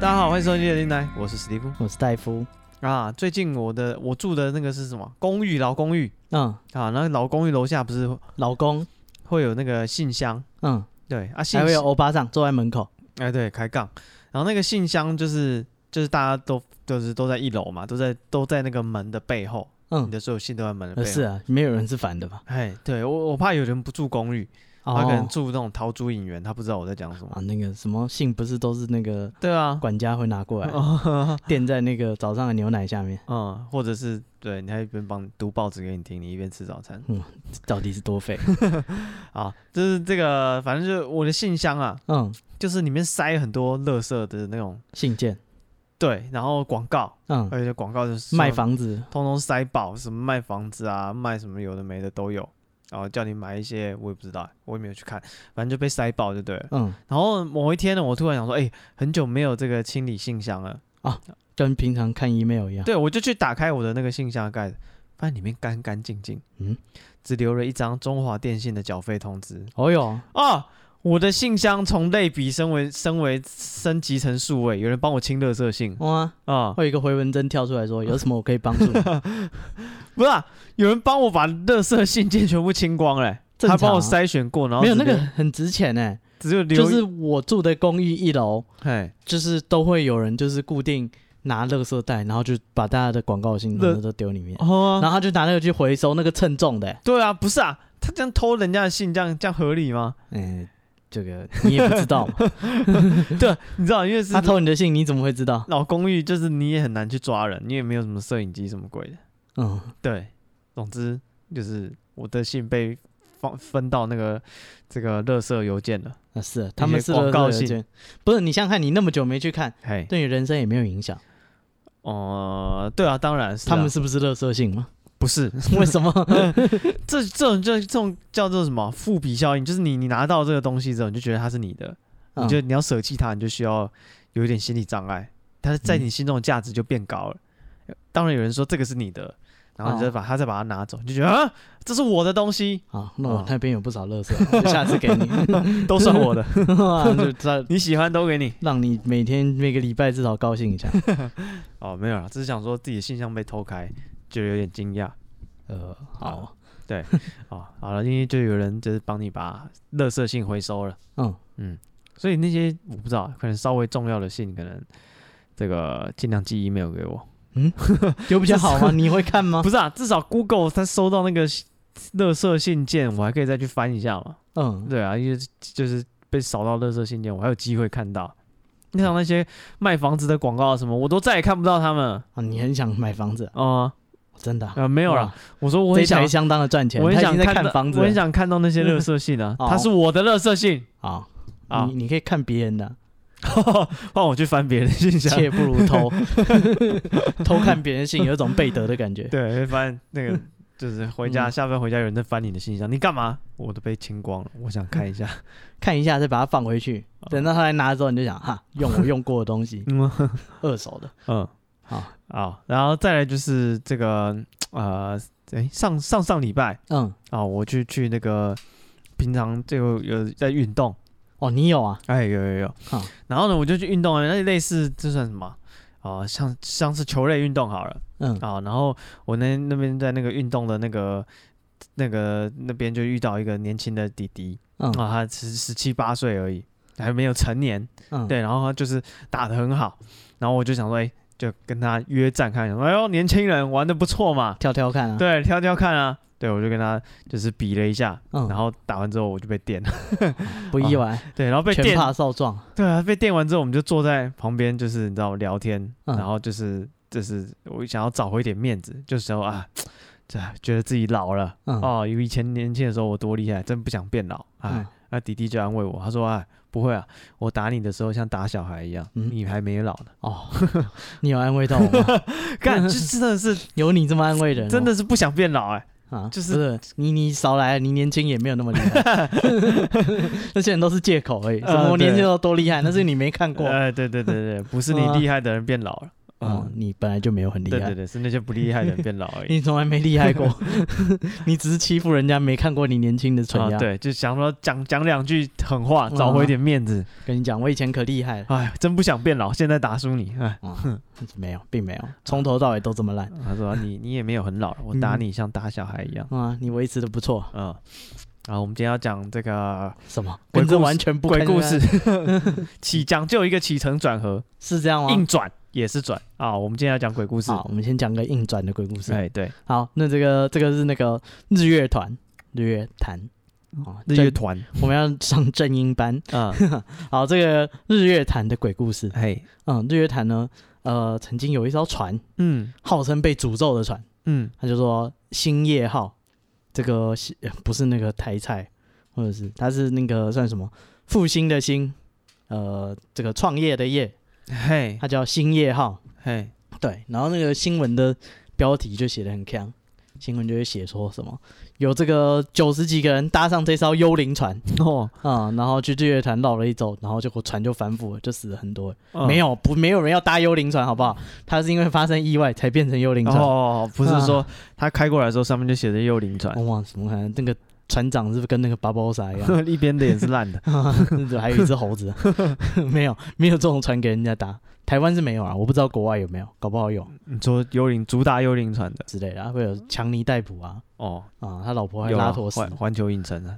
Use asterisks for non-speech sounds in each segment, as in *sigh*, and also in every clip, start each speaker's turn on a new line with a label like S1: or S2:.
S1: 欢迎收听《电台》，我是史蒂夫
S2: 我是戴夫。
S1: 啊。最近我的我住的那个是什么公寓？老公寓
S2: 嗯，
S1: 啊，那个老公寓楼下不是
S2: 老公，
S1: 会有那个信箱？
S2: 嗯，
S1: 对啊，信
S2: 还会有欧巴桑坐在门口。
S1: 哎对，开杠。然后那个信箱就是就是大家都就是都在一楼嘛，都在都在那个门的背后，你
S2: 嗯，
S1: 的所有信都在门的背
S2: 呃
S1: 后。
S2: 是啊，没有人是反的吧？
S1: 哎，对我我怕有人不住公寓，
S2: 哦
S1: 他可能住那种逃租引援，他不知道我在讲什么。
S2: 啊，那个什么信不是都是那个
S1: 对 *laughs* 啊，
S2: 管家会拿过来
S1: 哦
S2: 垫在那个早上的牛奶下面，
S1: 嗯，或者是对你还一边帮读报纸给你听，你一边吃早餐
S2: 到底是
S1: *laughs*
S2: 多废？
S1: 啊，就是这个，反正就是我的信箱啊，
S2: 嗯，
S1: 就是里面塞很多垃圾的那种，
S2: 信件，
S1: 对，然后广告，
S2: 嗯，
S1: 而且广告哎就是啊
S2: 卖，房子，
S1: 通通塞爆，什么卖房子啊，卖什么有的没的都有。然后叫你买一些，我也不知道，我也没有去看，反正就被塞爆就对了。
S2: 嗯，
S1: 然后某一天呢，我突然想说，哎、很久没有这个清理信箱了，
S2: 跟平常看 email 一样。
S1: 对，我就去打开我的那个信箱的盖子，发现里面干干净净，嗯
S2: 嗯，
S1: 只留了一张中华电信的缴费通知。
S2: 哦哟，
S1: 啊，我的信箱从类比升为升为升级成数位，有人帮我清垃圾信
S2: 哇，
S1: 啊，
S2: 会有一个回文针跳
S1: *laughs*
S2: 出来说，有什么我可以帮助你？
S1: 不是、啊，有人帮我把垃圾信件全部清光嘞、
S2: 正
S1: 他
S2: 常啊
S1: 帮我筛选过，然后
S2: 没有
S1: 只
S2: 那个
S1: 留
S2: 很值钱哎，
S1: 只有留
S2: 就是我住的公寓一楼，
S1: 哎
S2: 就是都会有人就是固定拿垃圾袋，然后就把大家的广告信
S1: 垃
S2: 全部都丢里面，
S1: 哦
S2: 然后他就拿那个去回收那个称重的、欸。
S1: 对啊，不是啊，他这样偷人家的信，这样这样合理吗？
S2: 嗯、这个你也不知道嘛，
S1: 对，你知道，因 *laughs* 为是
S2: 他偷你的信，你怎么会知道？
S1: 老公寓，就是你也很难去抓人，你也没有什么摄影机什么鬼的。
S2: 嗯，
S1: 对，总之就是我的信被放分到那个这个垃圾邮件了。
S2: 啊是啊他们是
S1: 广告信
S2: 垃圾邮件不是你想想看，你那么久没去看，
S1: 嘿，
S2: 对你人生也没有影响。
S1: 哦、对啊，当然是啊、
S2: 他们是不是垃圾
S1: *laughs*
S2: 信吗？
S1: 不是
S2: 为 *laughs* 什么？
S1: 这这种这这种叫做什么复比效应，就是你你拿到这个东西之后，你就觉得它是你的，你就
S2: 嗯
S1: 你要舍弃它，你就需要有一点心理障碍，它在你心中的价值就变高了。当然有人说这个是你的，然后你再
S2: 哦
S1: 把它再把它拿走，你就觉得啊，这是我的东西，
S2: 好，那我
S1: 哦
S2: 那边有不少垃圾，我下次给你，
S1: *laughs* 都算我 *laughs* 的，
S2: 哇就
S1: *laughs*
S2: 知道
S1: 啊你喜欢都给你。
S2: 让你每天每个礼拜至少高兴一下。
S1: 哦，没有啦，只是想说自己的信箱被偷开，就有点惊讶
S2: 呃，好，
S1: 哦。好了，因为就有人就是帮你把垃圾信回收了，
S2: 嗯
S1: 所以那些我不知道，可能稍微重要的信，可能这个尽量寄 email 给我。
S2: 嗯，有比较好吗？你会看吗
S1: 不？是啊，至少 Google 它收到那个垃圾信件，我还可以再去翻一下嘛。
S2: 嗯，
S1: 对啊，因为就是被扫到垃圾信件，我还有机会看到。你像那些卖房子的广告啊什么，我都再也看不到他们
S2: 啊，你很想买房子，
S1: 啊、
S2: 真的啊、
S1: 呃，没有
S2: 哇
S1: 啦，，我说我
S2: 这
S1: 很
S2: 一
S1: 想
S2: 台相当的赚钱，
S1: 我很
S2: 他已
S1: 想
S2: 经在看
S1: 到
S2: 房子
S1: 我
S2: 了，哦
S1: 很想看到那些垃圾信
S2: *laughs*
S1: 啊，它是我的垃圾信 *laughs*
S2: 啊，
S1: 啊
S2: 你，你可以看别人
S1: *laughs*
S2: 的，
S1: 换我去翻别人的信箱。
S2: 窃不如
S1: *laughs*
S2: 偷，偷看别人的信有一种背德的感觉。
S1: *laughs* 对，翻那个就是回家
S2: 嗯
S1: 下班回家有人在翻你的信箱，你干嘛？我都被清光了，我想看一下。
S2: 看一下再把它放回去，等到他来拿的时候你就想哈，用我用过的东西，
S1: 哦 *laughs* 嗯
S2: 二手的，
S1: *laughs* 嗯，
S2: 好，
S1: *laughs* 好，然后再来就是这个呃，诶，上上上礼拜
S2: 嗯，
S1: 啊，我去去那个平常就有在运动，
S2: 哦，你有啊，
S1: 哎，有有有
S2: 好。
S1: 然后呢，我就去运动，啊那类似这算什么啊？啊像像是球类运动好了。
S2: 嗯，
S1: 啊，然后我那那边在那个运动的那个那个那边就遇到一个年轻的弟弟
S2: 嗯
S1: 啊，他十十七八岁而已，还没有成年，
S2: 嗯，，
S1: 对，然后他就是打得很好，然后我就想说，哎、就跟他约战看，想说哎呦，年轻人玩的不错嘛，
S2: 挑挑看啊，
S1: 对，挑挑看啊，对，我就跟他就是比了一下，
S2: 嗯，
S1: 然后打完之后我就被电了， *laughs*
S2: 不意外，
S1: 对，然后被
S2: 全
S1: 电，
S2: 怕少壮，
S1: 对啊，被电完之后我们就坐在旁边，就是你知道聊天，
S2: 嗯
S1: 然后就是就是我想要找回一点面子，就是说啊，这觉得自己老了。
S2: 嗯，
S1: 哦，以前年轻的时候我多厉害，真不想变老。哎
S2: 嗯，，
S1: 那弟弟就安慰我，他说：“哎，不会啊，我打你的时候像打小孩一样，
S2: 嗯
S1: 你还没
S2: *laughs*
S1: 老呢。
S2: 哦，你有安慰到我吗？ *laughs*
S1: 干，这真的是
S2: 有你这么安慰
S1: *laughs*
S2: 人哦，
S1: 真的是不想变老哎、
S2: 啊，
S1: 就
S2: 就是是你你少来，你年轻也没有那么厉害，
S1: *laughs*
S2: 那些人都是借口而已。
S1: 呃
S2: 什么我年轻
S1: 对啊
S2: 都多厉害，那是你没看过。
S1: 哎，对对对对，不是你
S2: 嗯啊
S1: 厉害的人变老了。
S2: *laughs* 哦
S1: 嗯，
S2: 你本来就没有很厉
S1: 对对
S2: 害，
S1: 对，是那些不厉害的人变老而已。啊
S2: *laughs* 你从来没厉害
S1: *laughs*
S2: 过， *laughs* 你只是欺负人家没看过你年轻的
S1: 啊
S2: 蠢，样。
S1: 对，就想说讲讲两句狠话，找回一点面子。
S2: 跟你讲，我以前可厉害了，
S1: 哎，真不想变老，现在打输你。哎，
S2: 啊，没有，并没有，从头到尾都这么烂
S1: 他说你你也没有很老了，我
S2: 嗯
S1: 打你像打小孩一样。
S2: 啊，你维持的不错。
S1: 嗯，然后我们今天要讲这个
S2: 什么？
S1: 鬼
S2: 跟这
S1: 故事
S2: 完全不啊
S1: 鬼
S2: 跟
S1: 故事，
S2: *laughs*
S1: 起讲究一个起承转合，
S2: 是这样吗
S1: 硬？转也是转啊。我们今天要讲鬼故事。
S2: 啊好，我们先讲个硬转的鬼故事。
S1: 哎，对，
S2: 好，那这个这个是那个日月团，日月潭。哦，
S1: 日月
S2: 正
S1: 团
S2: 我们要上正音班。 *laughs*
S1: 啊，
S2: 好，这个日月潭的鬼故事。
S1: 嘿，
S2: 嗯，日月潭呢，呃，曾经有一艘船，
S1: 嗯
S2: 号称被诅咒的船，
S1: 嗯，
S2: 他就说星夜号，这个是呃不是那个台菜，或者是它是那个算什么复兴的兴，呃，这个创业的业，
S1: 嘿
S2: 它叫星夜号。
S1: 嘿，
S2: 对，然后那个新闻的标题就写的很强，新闻就会写说什么有这个九十几个人搭上这艘幽灵船
S1: 哦，
S2: 啊、然后去日月潭绕了一周，然后结果船就翻覆了，就死了很多人。
S1: 嗯
S2: 没有不没有人要搭幽灵船，好不好？它是因为发生意外才变成幽灵船。
S1: 哦，不是
S2: 啊哦
S1: 说他开过来的时候上面就写着幽灵船，
S2: 哇，怎么可能？那个船长是不是跟那个巴包萨一
S1: *laughs*
S2: 样？。
S1: 一边的也是烂的
S2: 那时候还有一只猴子， *laughs* 没有没有这种船给人家搭，台湾是没有啊，我不知道国外有没有，搞不好有
S1: 你嗯说幽灵主打幽灵船的
S2: 之类的、啊，会有强尼逮捕啊
S1: 哦，
S2: 啊，他老婆还
S1: 有啊
S2: 拉坨屎
S1: 环，环球影城
S2: *laughs*
S1: 啊，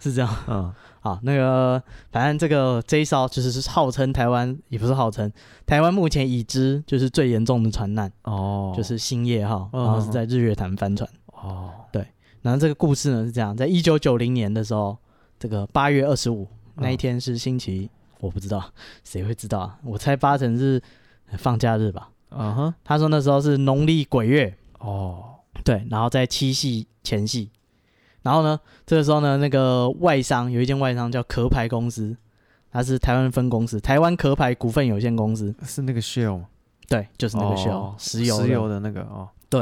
S2: 是这样
S1: 嗯
S2: 啊。那个反正这个这一艘就是是号称台湾也不是号称台湾目前已知就是最严重的船难，
S1: 哦，
S2: 就是星夜号，
S1: 嗯
S2: 然后是在日月潭翻船。
S1: 哦，
S2: 然后这个故事呢是这样，在一九九零年的时候，这个八月二十五
S1: 嗯
S2: 那一天是星期，我不知道谁会知道啊，我猜八成是呃放假日吧。
S1: 嗯哼，
S2: 他说那时候是农历鬼月，
S1: 哦，
S2: 对，然后在七夕前夕，然后呢，这个时候呢，那个外商有一间外商叫壳牌公司，它是台湾分公司，台湾壳牌股份有限公司，
S1: 是那个 shell 吗？
S2: 对，就是那个 s h
S1: 哦
S2: 石油的
S1: 石油的那个哦，
S2: 对，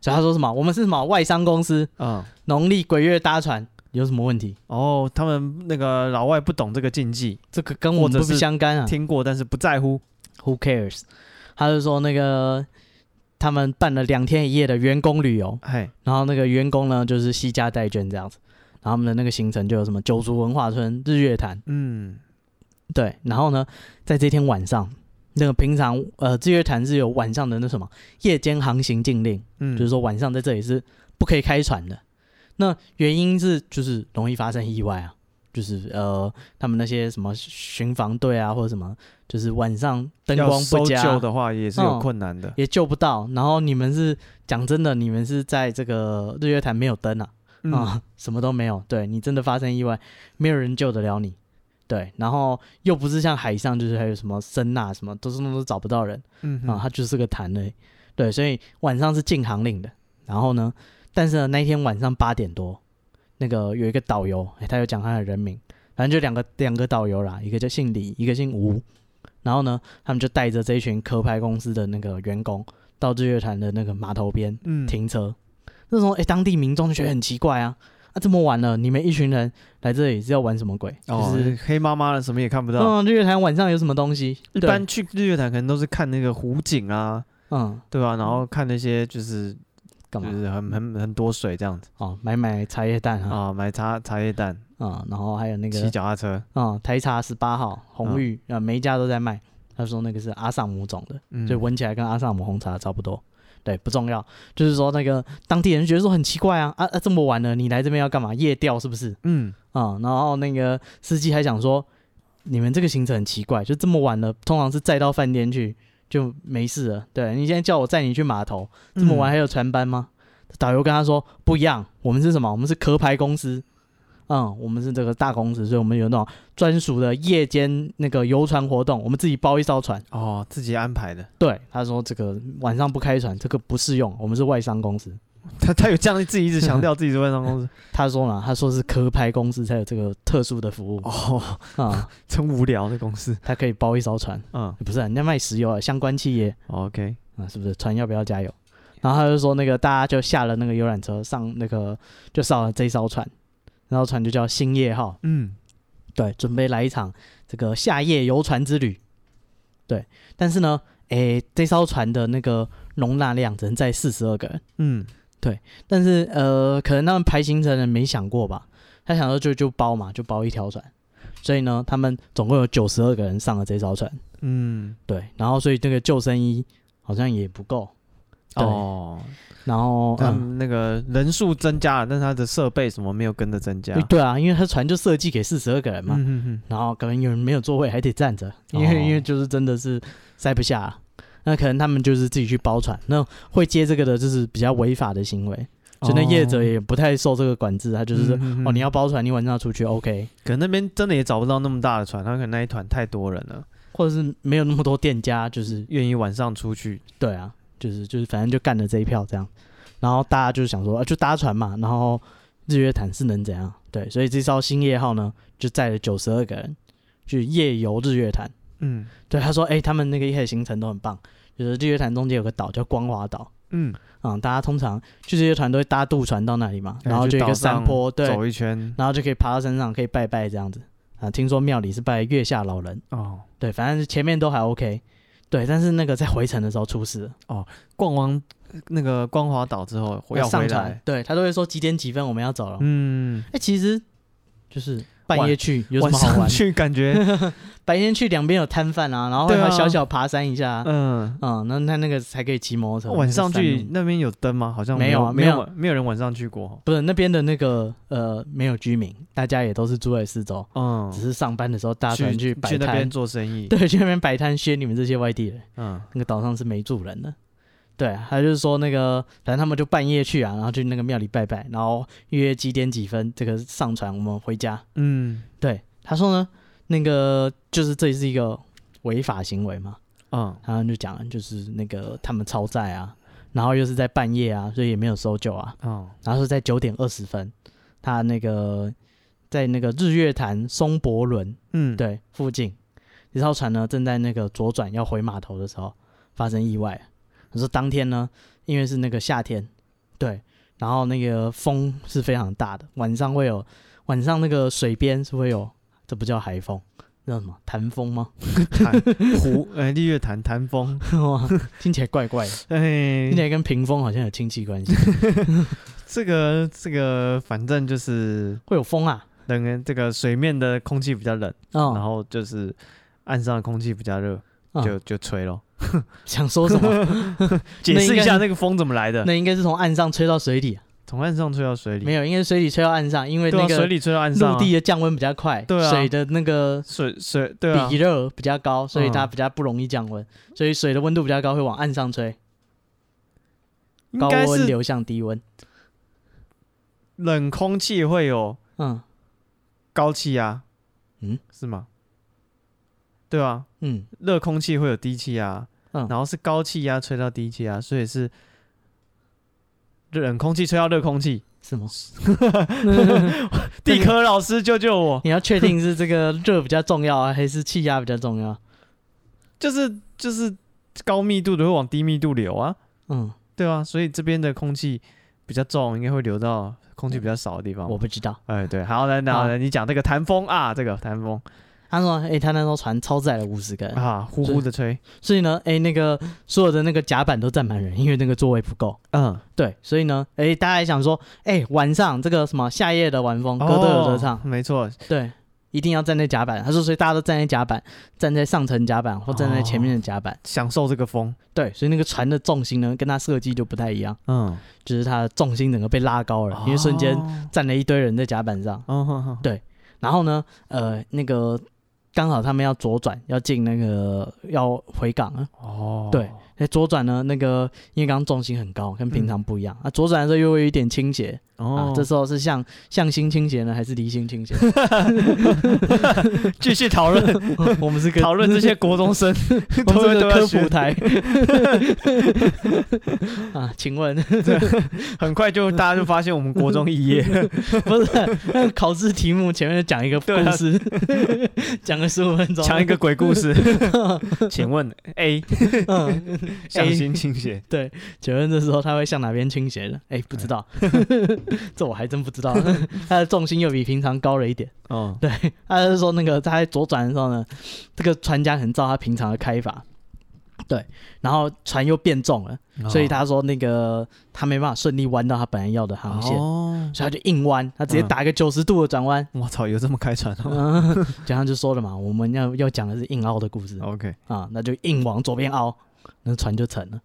S2: 所以他说什么，我们是什么外商公司，
S1: 嗯。
S2: 农历鬼月搭船有什么问题？
S1: 哦，他们那个老外不懂这个禁忌，
S2: 这个跟我
S1: 或
S2: 们
S1: 者
S2: 不
S1: 是
S2: 相干啊。
S1: 听过但是不在乎。
S2: Who cares？他就说那个他们办了两天一夜的员工旅游，
S1: 嘿，
S2: 然后那个员工呢就是惜家带眷这样子，然后他们的那个行程就有什么九族文化村、日月潭，
S1: 嗯，
S2: 对，然后呢在这天晚上，那个平常呃日月潭是有晚上的那什么夜间航行禁令，
S1: 嗯，
S2: 就是说晚上在这里是不可以开船的。那原因是就是容易发生意外啊，就是呃他们那些什么巡防队啊或者什么，就是晚上灯
S1: 要
S2: 光不
S1: 搜
S2: 佳
S1: 救的话也是有
S2: 嗯
S1: 困难的。
S2: 也救不到。然后你们是讲真的，你们是在这个日月潭没有灯啊，啊、
S1: 嗯，
S2: 什么都没有。对你真的发生意外，没有人救得了你。对，然后又不是像海上，就是还有什么声呐，什么都是都是找不到人
S1: 嗯哼
S2: 啊，它就是个潭嘞。对，所以晚上是禁航令的。然后呢，但是呢，那一天晚上八点多，那个有一个导游，哎他有讲他的人名，反正就两个两个导游啦，一个叫姓李，一个姓吴。然后呢，他们就带着这一群壳牌公司的那个员工到日月潭的那个码头边
S1: 嗯，
S2: 停车。那时候，哎、当地民众就觉得很奇怪啊，啊，这么晚了，你们一群人来这里是要玩什么鬼？
S1: 哦
S2: 就是，
S1: 黑妈妈的什么也看不到。
S2: 嗯，日月潭晚上有什么东西？
S1: 一
S2: 对
S1: 般去日月潭可能都是看那个湖景啊，
S2: 嗯，
S1: 对吧、然后看那些就是
S2: 干
S1: 就
S2: 嘛？
S1: 是很很很多水这样子
S2: 哦，买买茶叶蛋啊，
S1: 啊，买茶茶叶蛋，
S2: 啊、然后还有那
S1: 骑
S2: 个
S1: 脚踏车，
S2: 啊、台茶十八号红玉啊、每一家都在卖。他说那个是阿萨姆种的，
S1: 嗯，
S2: 就闻起来跟阿萨姆红茶差不多。对，不重要，就是说那个当地人觉得说很奇怪啊啊啊，这么晚了，你来这边要干嘛？夜钓是不是？
S1: 嗯
S2: 啊、然后那个司机还想说，你们这个行程很奇怪，就这么晚了，通常是载到饭店去就没事了。对你现在叫我载你去码头，这么
S1: 嗯
S2: 晚还有船班吗？导游跟他说不一样，我们是什么？我们是壳牌公司，嗯，我们是这个大公司，所以我们有那种专属的夜间那个游船活动，我们自己包一艘船。
S1: 哦，自己安排
S2: *laughs*
S1: 的，
S2: 对，他说这个晚上不开船，这个不适用，我们是外商公司。
S1: 他他有这样自己一直强调自己是外商
S2: *laughs*
S1: 公司，
S2: 他说呢，他说是壳牌公司才有这个特殊的服务啊、
S1: 哦， *laughs* 真无聊的公司，
S2: 他可以包一艘船。
S1: 嗯
S2: 不是人家卖石油啊，相关企业
S1: 哦，OK，
S2: 啊，是不是船要不要加油？然后他就说那个大家就下了那个游览车，上那个就上了这艘船，然后船就叫星夜号，
S1: 嗯，
S2: 对，准备来一场这个夏夜游船之旅，对。但是呢，诶、这艘船的那个容纳量只能载四十二个人，
S1: 嗯，
S2: 但是呃，可能他们排行程的人没想过吧，他想说就就包嘛，就包一条船，所以呢，他们总共有九十二个人上了这艘船，
S1: 嗯，
S2: 对，然后所以这个救生衣好像也不够，对
S1: 哦，
S2: 然后
S1: 他
S2: 嗯。
S1: 们那个人数增加了，但是他的设备什么没有跟着增加。
S2: 对啊，因为他船就设计给四十二个人嘛，
S1: 嗯嗯嗯，
S2: 然后可能有人没有座位还得站着，因为、
S1: 哦
S2: 因为就是真的是塞不下啊、那可能他们就是自己去包船，那会接这个的就是比较违法的行为，所以那业者也不太受这个管制，他就是说、
S1: 哦嗯嗯嗯
S2: 哦你要包船，你晚上要出去 OK，
S1: 可能那边真的也找不到那么大的船，他可能那一团太多人了，
S2: 或者是没有那么多店家，就是
S1: 愿意晚上出去。
S2: 对啊，就是就是反正就干了这一票这样，然后大家就想说啊就搭船嘛，然后日月潭是能怎样？对，所以这艘星夜号呢就载了九十二个人去夜游日月潭。
S1: 嗯
S2: 对，他说，哎、他们那个一开始行程都很棒，就是日月潭中间有个岛叫光华岛，
S1: 嗯，
S2: 啊、大家通常去这些团都会搭渡船到那里嘛，然后
S1: 哎去
S2: 就有
S1: 岛
S2: 一个山
S1: 上
S2: 坡，对，
S1: 走一圈。
S2: 然后就可以爬到山上，可以拜拜这样子啊。听说庙里是拜月下老人，
S1: 哦，
S2: 对，反正前面都还 OK，对，但是那个在回程的时候出事了，
S1: 逛完呃那个光华岛之后要回
S2: 上船
S1: 来，，
S2: 对他都会说几点几分我们要走了，哎、
S1: 嗯，
S2: 其实就是半
S1: 晚
S2: 夜去有什
S1: 晚
S2: 么好
S1: 上
S2: 玩？
S1: 去感 *laughs* 觉，
S2: *laughs* 白天去两边有摊贩啊，然后会
S1: 对啊
S2: 小小爬山一下、啊，
S1: 嗯，
S2: 嗯，那那那个才可以骑摩托车，
S1: 晚
S2: 那个
S1: 上
S2: 山
S1: 去
S2: 路
S1: 那边有灯吗？好像
S2: 没有
S1: 有，
S2: 啊
S1: 没
S2: 没
S1: 有，没有人晚上去过。
S2: 不是那边的那个呃没有居民，大家也都是住在四周，
S1: 嗯，
S2: 只是上班的时候搭船
S1: 去
S2: 摆
S1: 那边
S2: 摊，
S1: 做生意。
S2: *laughs* 对，去那边摆摊削你们这些外地人。
S1: 嗯，
S2: 那个岛上是没住人的，对啊，他就是说那个反正他们就半夜去啊，然后去那个庙里拜拜，然后约几点几分这个上船我们回家。
S1: 嗯
S2: 对，他说呢，那个就是这是一个违法行为嘛，
S1: 嗯
S2: 然后就讲就是那个他们超载啊，然后又是在半夜啊，所以也没有搜救啊，
S1: 嗯
S2: 然后是在九点二十分，他那个在那个日月潭松柏轮
S1: 嗯，，
S2: 对附近，这艘船呢正在那个左转要回码头的时候发生意外。他说当天呢，因为是那个夏天，对，然后那个风是非常大的，晚上会有晚上那个水边是会有，这不叫海风，那叫什么潭风吗？ *laughs*
S1: 潭湖 *laughs* 哎，日月潭潭风，
S2: 哇听起来怪怪的，
S1: 哎
S2: 听起，来跟屏风好像有亲戚关系，
S1: 这个这个反正就是
S2: 会有风啊，
S1: 冷，这个水面的空气比较冷，然
S2: 哦，
S1: 后就是岸上的空气比较热，就就吹咯。
S2: 想说什么？
S1: 解释一
S2: 嗯那应该
S1: 下
S2: 是
S1: 那个风怎么来的，
S2: 那应该是从岸上吹到水里，
S1: 从岸上吹到水里，
S2: 没有，应该是水里吹到岸上，因为
S1: 对
S2: 那
S1: 啊，水
S2: 个
S1: 里吹到岸上啊，
S2: 陆地的降温比较快，
S1: 对啊
S2: 水的那个
S1: 水水对啊
S2: 比，热比较高，所以
S1: 嗯
S2: 它比较不容易降温，所以水的温度比较高，会往岸上吹，
S1: 应
S2: 高
S1: 该
S2: 温
S1: 是
S2: 流向低温。
S1: 冷空气会有
S2: 嗯
S1: 高气压，
S2: 嗯，
S1: 是吗？对啊，
S2: 嗯
S1: 热空气会有低气压，
S2: 嗯
S1: 然后是高气压吹到低气压，所以是冷空气吹到热空气。
S2: 什么？
S1: 地科老师救救我！
S2: 你要确定是这个热比较重要啊，还是气压比较重要？
S1: 就是就是高密度的会往低密度流啊，
S2: 嗯，
S1: 对啊，所以这边的空气比较重，应该会流到空气比较少的地方
S2: 我。不知道。
S1: 哎，对，好，来，
S2: 好
S1: 那来你讲这个台风啊，这个台风
S2: 他说：“哎、他那艘船超载了五十个人，
S1: 啊，呼呼的吹，
S2: 所以呢，哎、那个所有的那个甲板都站满人，因 *laughs* 为那个座位不够。
S1: 嗯，
S2: 对，所以呢，哎，大家还想说，哎，晚上这个什么夏夜的晚风，歌都有
S1: 哦
S2: 得唱，
S1: 没错，
S2: 对，一定要站在甲板。他说，所以大家都站在甲板，站在上层甲板或站在前面的甲板。
S1: 享受这个风，
S2: 对，所以那个船的重心呢，跟它设计就不太一样，
S1: 嗯，
S2: 就是它的重心整个被拉高了，因为瞬间
S1: 哦，
S2: 站了一堆人在甲板上。
S1: 哦哼哼
S2: 对然后呢，呃，那个刚好他们要左转，要进那个要回港了。
S1: 哦，
S2: 对，那左转呢，那个因为刚刚重心很高，跟平常不一样、啊，左转的时候又会有一点倾斜。啊
S1: 哦，，
S2: 这时候是向向心倾斜呢，还是离心倾斜？ *laughs*
S1: 继续讨论
S2: 我们是个
S1: 讨论这些，国中生
S2: 我
S1: 都
S2: 们
S1: 会都
S2: 是个
S1: 要
S2: 科
S1: 学
S2: 普，台。 *laughs* 啊，请问
S1: *laughs*
S2: *laughs*
S1: 很快就大家就发现我们国中毕业，
S2: 不是那考试题目前面讲一个故
S1: 对啊
S2: 事， *laughs* 讲个十五分钟，
S1: 讲
S2: *laughs*
S1: 一个鬼故事，请问 A
S2: 嗯，
S1: 向心倾斜，
S2: 请问这时候它会向哪边倾斜呢？哎，不知道， *laughs* 这我还真不知道。 *laughs* 它的重心又比平常高了一点。
S1: 嗯，
S2: 对，他是说那个他在左转的时候呢，这个船家很照他平常的开法，然后船又变重了，所以
S1: 哦
S2: 他说那个他没办法顺利弯到他本来要的航线，
S1: 哦，
S2: 所以他就硬弯，他直接
S1: 嗯
S2: 打一个九十度的
S1: *laughs*
S2: 转弯。
S1: 我操，有这么开船的啊
S2: *laughs*
S1: 吗
S2: 嗯，就他就说了嘛，我们要要讲的是硬凹的故事
S1: ？OK，
S2: 啊，那就硬往左边凹，那船就沉了。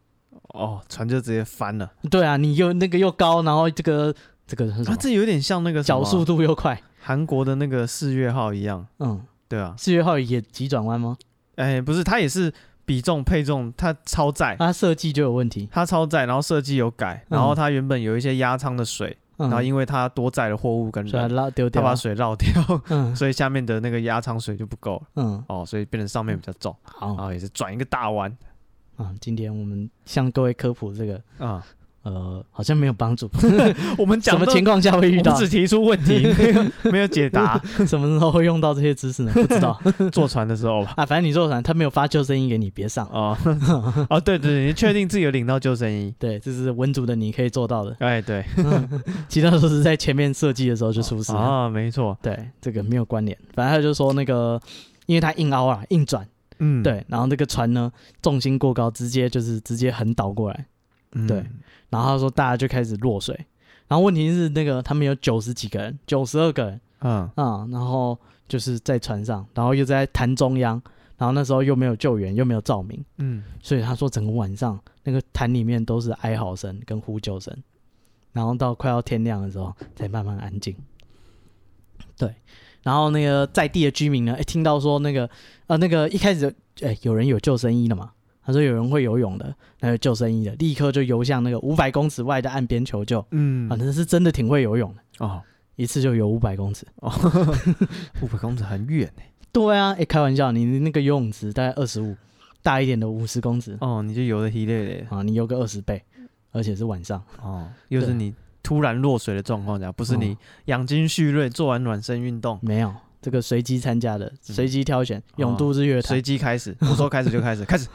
S1: 哦，船就直接翻了，
S2: 对啊，你又那个又高，然后这个这个是什
S1: 啊，
S2: 么？
S1: 这有点像那个什么
S2: 角速度又快。
S1: 韩国的那个四月号一样，
S2: 嗯，
S1: 对啊，
S2: 四月号也急转弯吗？
S1: 哎，不是，它也是比重配重，它超载，
S2: 它啊设计就有问题。
S1: 它超载，然后设计有改，然后它原本有一些压舱的水，
S2: 嗯，
S1: 然后因为它多载了货物跟
S2: 所以它
S1: 人，
S2: 拉丢
S1: 它
S2: 掉
S1: 把
S2: 了。
S1: 水绕掉， *laughs*
S2: 嗯
S1: 所以下面的那个压舱水就不够了，
S2: 嗯，
S1: 哦，所以变成上面比较重，
S2: 好
S1: 然
S2: 啊、
S1: 后也是转一个大弯
S2: 今天我们向各位科普这个， *laughs*
S1: 啊。
S2: 呃，好像没有帮助。
S1: 我们 *laughs*
S2: 什
S1: 讲
S2: 么
S1: 的
S2: 情况下会遇
S1: 我
S2: 到
S1: 们？只提出问题，没有没有解答。
S2: 什么时候会用到这些知识呢？不知道
S1: 坐船的时候吧。
S2: *laughs* 啊，反正你坐船，他没有发救生衣给你，别上。 *laughs*
S1: 哦哦，对对，对你确定自己有领到救生衣？
S2: 对，这是文组的你可以做到的，
S1: 哎，对，
S2: 其他都是在前面设计的时候就出事了。
S1: 啊，没错，
S2: 对，这个没有关联。反正他就说那个，因为他硬凹啊，硬转，
S1: 嗯，
S2: 对，然后那个船呢重心过高，直接就是直接横倒过来，
S1: 嗯
S2: 对然后他说大家就开始落水，然后问题是那个他们有九十几个人，九十二个人
S1: 嗯
S2: 啊、然后就是在船上，然后又在潭中央，然后那时候又没有救援，又没有照明，
S1: 嗯，
S2: 所以他说整个晚上那个潭里面都是哀嚎声跟呼救声，然后到快要天亮的时候才慢慢安静。对，然后那个在地的居民呢，哎，听到说那个呃那个一开始哎有人有救生衣了嘛，他说有人会游泳的，那有救生衣的，立刻就游向那个五百公尺外的岸边求救。
S1: 嗯
S2: 反正是真的挺会游泳的，
S1: 哦
S2: 一次就游五百公尺。 *laughs*
S1: 哦，五百公尺很远欸
S2: 对啊，哎，开玩笑，你那个游泳池大概二十五，大一点的五十公尺
S1: 哦，你就游的稀累累的
S2: 啊，你游个二十倍，而且是晚上。
S1: 哦，又是
S2: 对
S1: 你突然落水的状况下，不是你
S2: 哦
S1: 养精蓄锐做完暖身运动，
S2: 没有，这个随机参加的，随机挑选。
S1: 嗯
S2: 永
S1: 哦
S2: 都日月
S1: 随
S2: *laughs* 潭，
S1: 机开始， *laughs* 我说开始就开始，开始，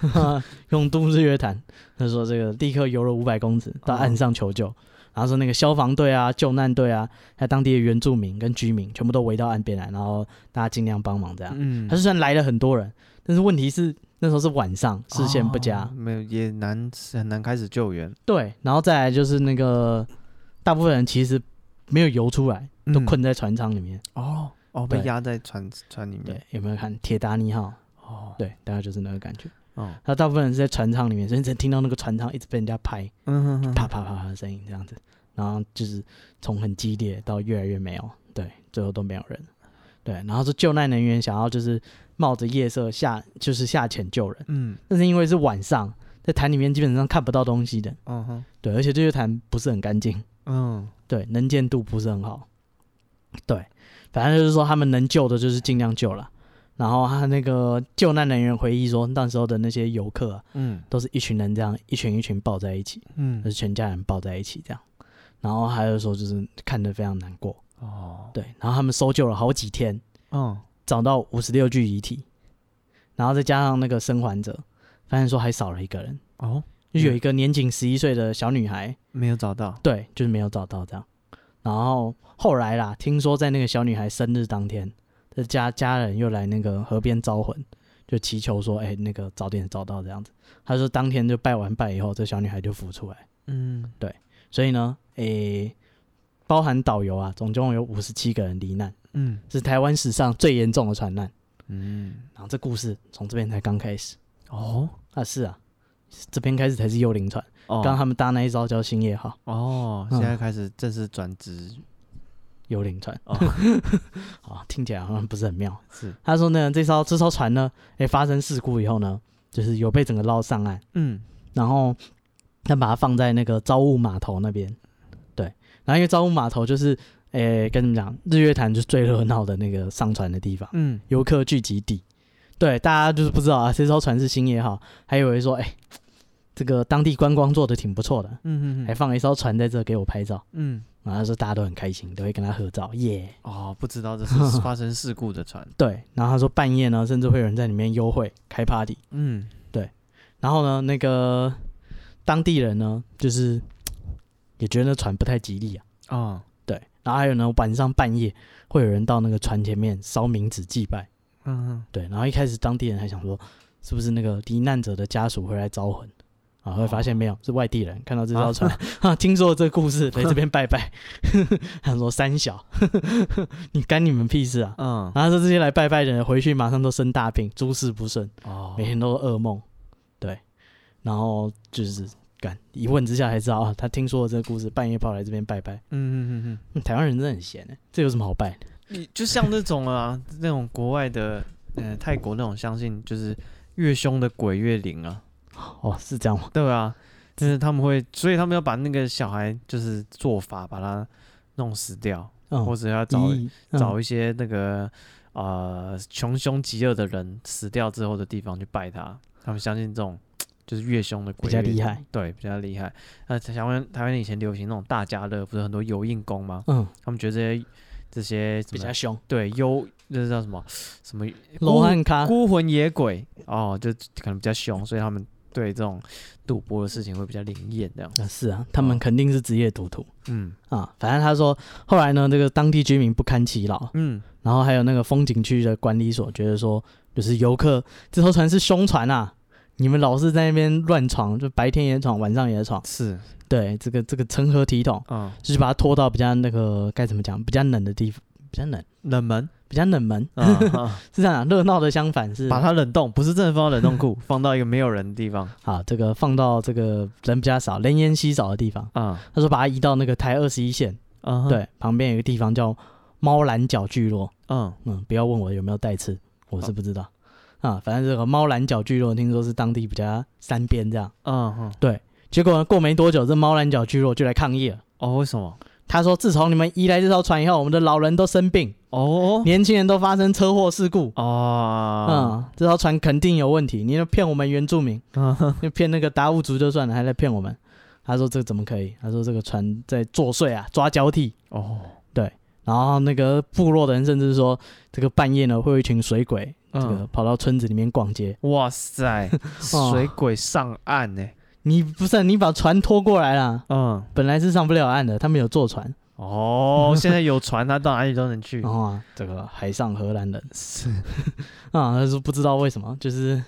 S2: 永都日月潭，他说这个立刻游了五百公尺
S1: 哦
S2: 到岸上求救，然后说那个消防队啊、救难队啊，还有当地的原住民跟居民全部都围到岸边来，然后大家尽量帮忙这样。
S1: 嗯
S2: 他，虽然来了很多人，但是问题是那时候是晚上，视线不佳，
S1: 哦没有也难很难开始救援，
S2: 对，然后再来就是那个大部分人其实没有游出来，都
S1: 嗯
S2: 困在船舱里面。
S1: 哦哦，被
S2: 对
S1: 压在船船里面
S2: 对，，有没有看《铁达尼号》？
S1: 哦
S2: 对，大概就是那个感觉。
S1: 哦，
S2: 他大部分人是在船舱里面，所以你只能听到那个船舱一直被人家拍，
S1: 嗯哼哼
S2: 啪啪啪啪的声音这样子，然后就是从很激烈到越来越没有，对，最后都没有人，对，然后是救难人员想要就是冒着夜色下就是下潜救人，
S1: 嗯
S2: 但是因为是晚上，在潭里面基本上看不到东西的，
S1: 嗯哼
S2: 对，而且这些潭不是很干净，
S1: 嗯
S2: 对，能见度不是很好，对，反正就是说他们能救的就是尽量救了。然后他那个救难人员回忆说，那时候的那些游客啊，
S1: 嗯
S2: 都是一群人这样一群一群抱在一起，就
S1: 嗯
S2: 是全家人抱在一起这样。然后还有说就是看得非常难过，
S1: 哦
S2: 对。然后他们搜救了好几天，
S1: 嗯
S2: 找到五十六具遗体，然后再加上那个生还者，发现说还少了一个人，
S1: 哦，
S2: 就有一个年仅十一岁的小女孩，
S1: 没有找到
S2: 对，就是没有找到这样。然后后来啦，听说在那个小女孩生日当天，这家家人又来那个河边招魂，就祈求说，哎、那个早点找到这样子。他说当天就拜完拜以后，这小女孩就浮出来。
S1: 嗯
S2: 所以呢，诶、包含导游啊，总共有五十七个人罹难，
S1: 嗯
S2: 是台湾史上最严重的船难。
S1: 嗯
S2: 然后这故事从这边才刚开始
S1: 哦
S2: 啊，是啊，这边开始才是幽灵船，
S1: 哦
S2: 刚、他们搭那一艘叫星夜号
S1: 哦，现在开始正式转职
S2: 幽灵船 *laughs*
S1: 哦
S2: 啊，听起来好像不是很妙。
S1: 是
S2: 他说呢，这艘这艘船呢，诶、发生事故以后呢，就是有被整个捞上岸，
S1: 嗯
S2: 然后他把它放在那个朝雾码头那边，对，然后因为朝雾码头就是，诶、跟你们讲，日月潭就是最热闹的那个上船的地方，
S1: 嗯
S2: 游客聚集地。对，大家就是不知道啊，这艘船是星也好，还以为说，哎、这个当地观光做的挺不错的，
S1: 嗯
S2: 还
S1: 嗯
S2: 放一艘船在这给我拍照，
S1: 嗯
S2: 然后他说大家都很开心，都会跟他合照，耶、
S1: 哦，不知道这是发生事故的船，
S2: 对，然后他说半夜呢，甚至会有人在里面幽会开 party，
S1: 嗯
S2: 然后呢，那个当地人呢，就是也觉得那船不太吉利啊。
S1: 哦
S2: 对，然后还有呢，晚上半夜会有人到那个船前面烧冥纸祭拜。
S1: 嗯
S2: 对，然后一开始当地人还想说，是不是那个罹难者的家属回来招魂啊？会发现没有，是外地人看到这艘船 *laughs* 啊，听说这故事来这边拜 *laughs* 拜。他说三小， *laughs* 你干你们屁事啊！
S1: 嗯，
S2: 然后说这些来拜拜的人回去马上都生大病，诸事不顺，
S1: 哦
S2: 每天都是噩梦，对，然后就是干一问之下才知道啊，他听说了这个故事，半夜跑来这边拜拜。
S1: 嗯嗯嗯
S2: 嗯台湾人真的很闲、欸，这有什么好拜的？
S1: 嗯，你就像那种啊， *laughs* 那种国外的，呃，泰国那种，相信就是越凶的鬼越灵啊，
S2: 哦，是这样吗？
S1: 对啊，就是他们会，所以他们要把那个小孩就是做法把他弄死掉，
S2: 嗯，
S1: 或者要找
S2: 咦
S1: 找
S2: 嗯
S1: 一些那个呃穷凶极恶的人死掉之后的地方去拜他，他们相信这种就是越凶的鬼
S2: 比较
S1: 越
S2: 厉害。
S1: 对，比较厉害。那台湾台湾以前流行那种大家乐，不是很多油印工吗？
S2: 嗯，
S1: 他们觉得这些这些什
S2: 比
S1: 么
S2: 较凶，
S1: 对幽，这叫什么什么
S2: 罗汉咖，
S1: 孤魂野鬼哦，就可能比较凶，所以他们对这种赌博的事情会比较灵验这样。
S2: 啊是啊，他们肯定是职业赌徒
S1: 嗯
S2: 啊。反正他说，后来呢，这个当地居民不堪其扰，
S1: 嗯
S2: 然后还有那个风景区的管理所觉得说，就是游客这艘船是凶船啊，你们老是在那边乱闯，就白天也闯，晚上也闯，
S1: 是
S2: 对，这个这个成何体统？
S1: 嗯
S2: 就是把它拖到比较那个该怎么讲，比较冷的地方，比较冷，
S1: 冷 *laughs* 门
S2: 比较冷门，
S1: 啊，啊
S2: 是这样、啊，热闹的相反是
S1: 把它冷冻，不是真的放到冷冻 *laughs* 库，放到一个没有人的地方
S2: 啊，这个放到这个人比较少、人烟稀少的地方。
S1: 啊
S2: 他说把它移到那个台二十一线，嗯
S1: 啊
S2: 对，旁边有一个地方叫猫蓝角聚落，
S1: 嗯
S2: 嗯，不要问我有没有带刺，我是不知道。啊，反正这个猫蓝角聚落听说是当地比较山边这样。
S1: 嗯嗯
S2: 结果呢，过没多久，这猫蓝角聚落就来抗议了。
S1: 哦，为什么？
S2: 他说，自从你们移来这艘船以后，我们的老人都生病，
S1: 哦啊
S2: 年轻人都发生车祸事故。
S1: 哦，
S2: 嗯，这艘船肯定有问题，你就骗我们原住民，就骗那个达悟族就算了，还来骗我们。他说这怎么可以？他说这个船在作祟啊，抓交替。
S1: 哦，
S2: 然后那个部落的人甚至说，这个半夜呢会有一群水鬼，这个
S1: 嗯，
S2: 跑到村子里面逛街。
S1: 哇 *laughs* 塞，水鬼上岸欸呢，
S2: 你不是你把船拖过来啦，
S1: 嗯，
S2: 本来是上不了岸的，他们有坐船。
S1: 哦，现在有船，他到哪里都能去
S2: 然，后啊，这个海上荷兰人 *laughs*
S1: 是，
S2: 啊，他说不知道为什么，就是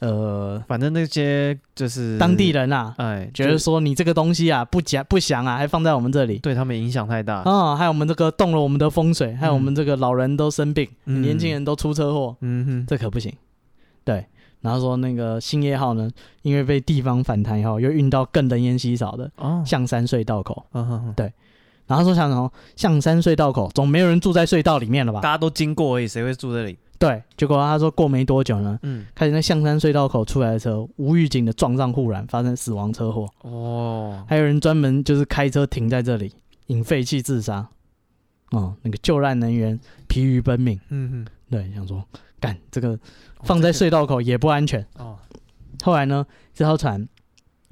S2: 呃
S1: 反正那些就是
S2: 当地，人啊，
S1: 哎，
S2: 觉得
S1: 就是
S2: 说你这个东西啊不讲不详啊，还放在我们这里。
S1: 对他们影响太大，
S2: 啊、还有我们这个动了我们的风水，还有我们这个老人都生病，
S1: 嗯
S2: 年轻人都出车祸，
S1: 嗯哼，
S2: 这可不行。对，然后说那个星夜号呢，因为被地方反弹以后，又运到更人烟稀少的
S1: 哦，
S2: 象山隧道口。
S1: 嗯哼哼
S2: 然后说想什么象山隧道口，总没有人住在隧道里面了吧？
S1: 大家都经过而已，谁会住这里？
S2: 对，结果他说过没多久呢，
S1: 嗯，
S2: 开始那象山隧道口出来的车无预警的撞上护栏，发生死亡车祸，
S1: 哦，
S2: 还有人专门就是开车停在这里引废气自杀。哦、那个救难人员疲于奔命。
S1: 嗯
S2: 对，想说干这个
S1: 哼，
S2: 放在
S1: 水
S2: 隧道口也不安全。
S1: 哦，
S2: 后来呢，这艘船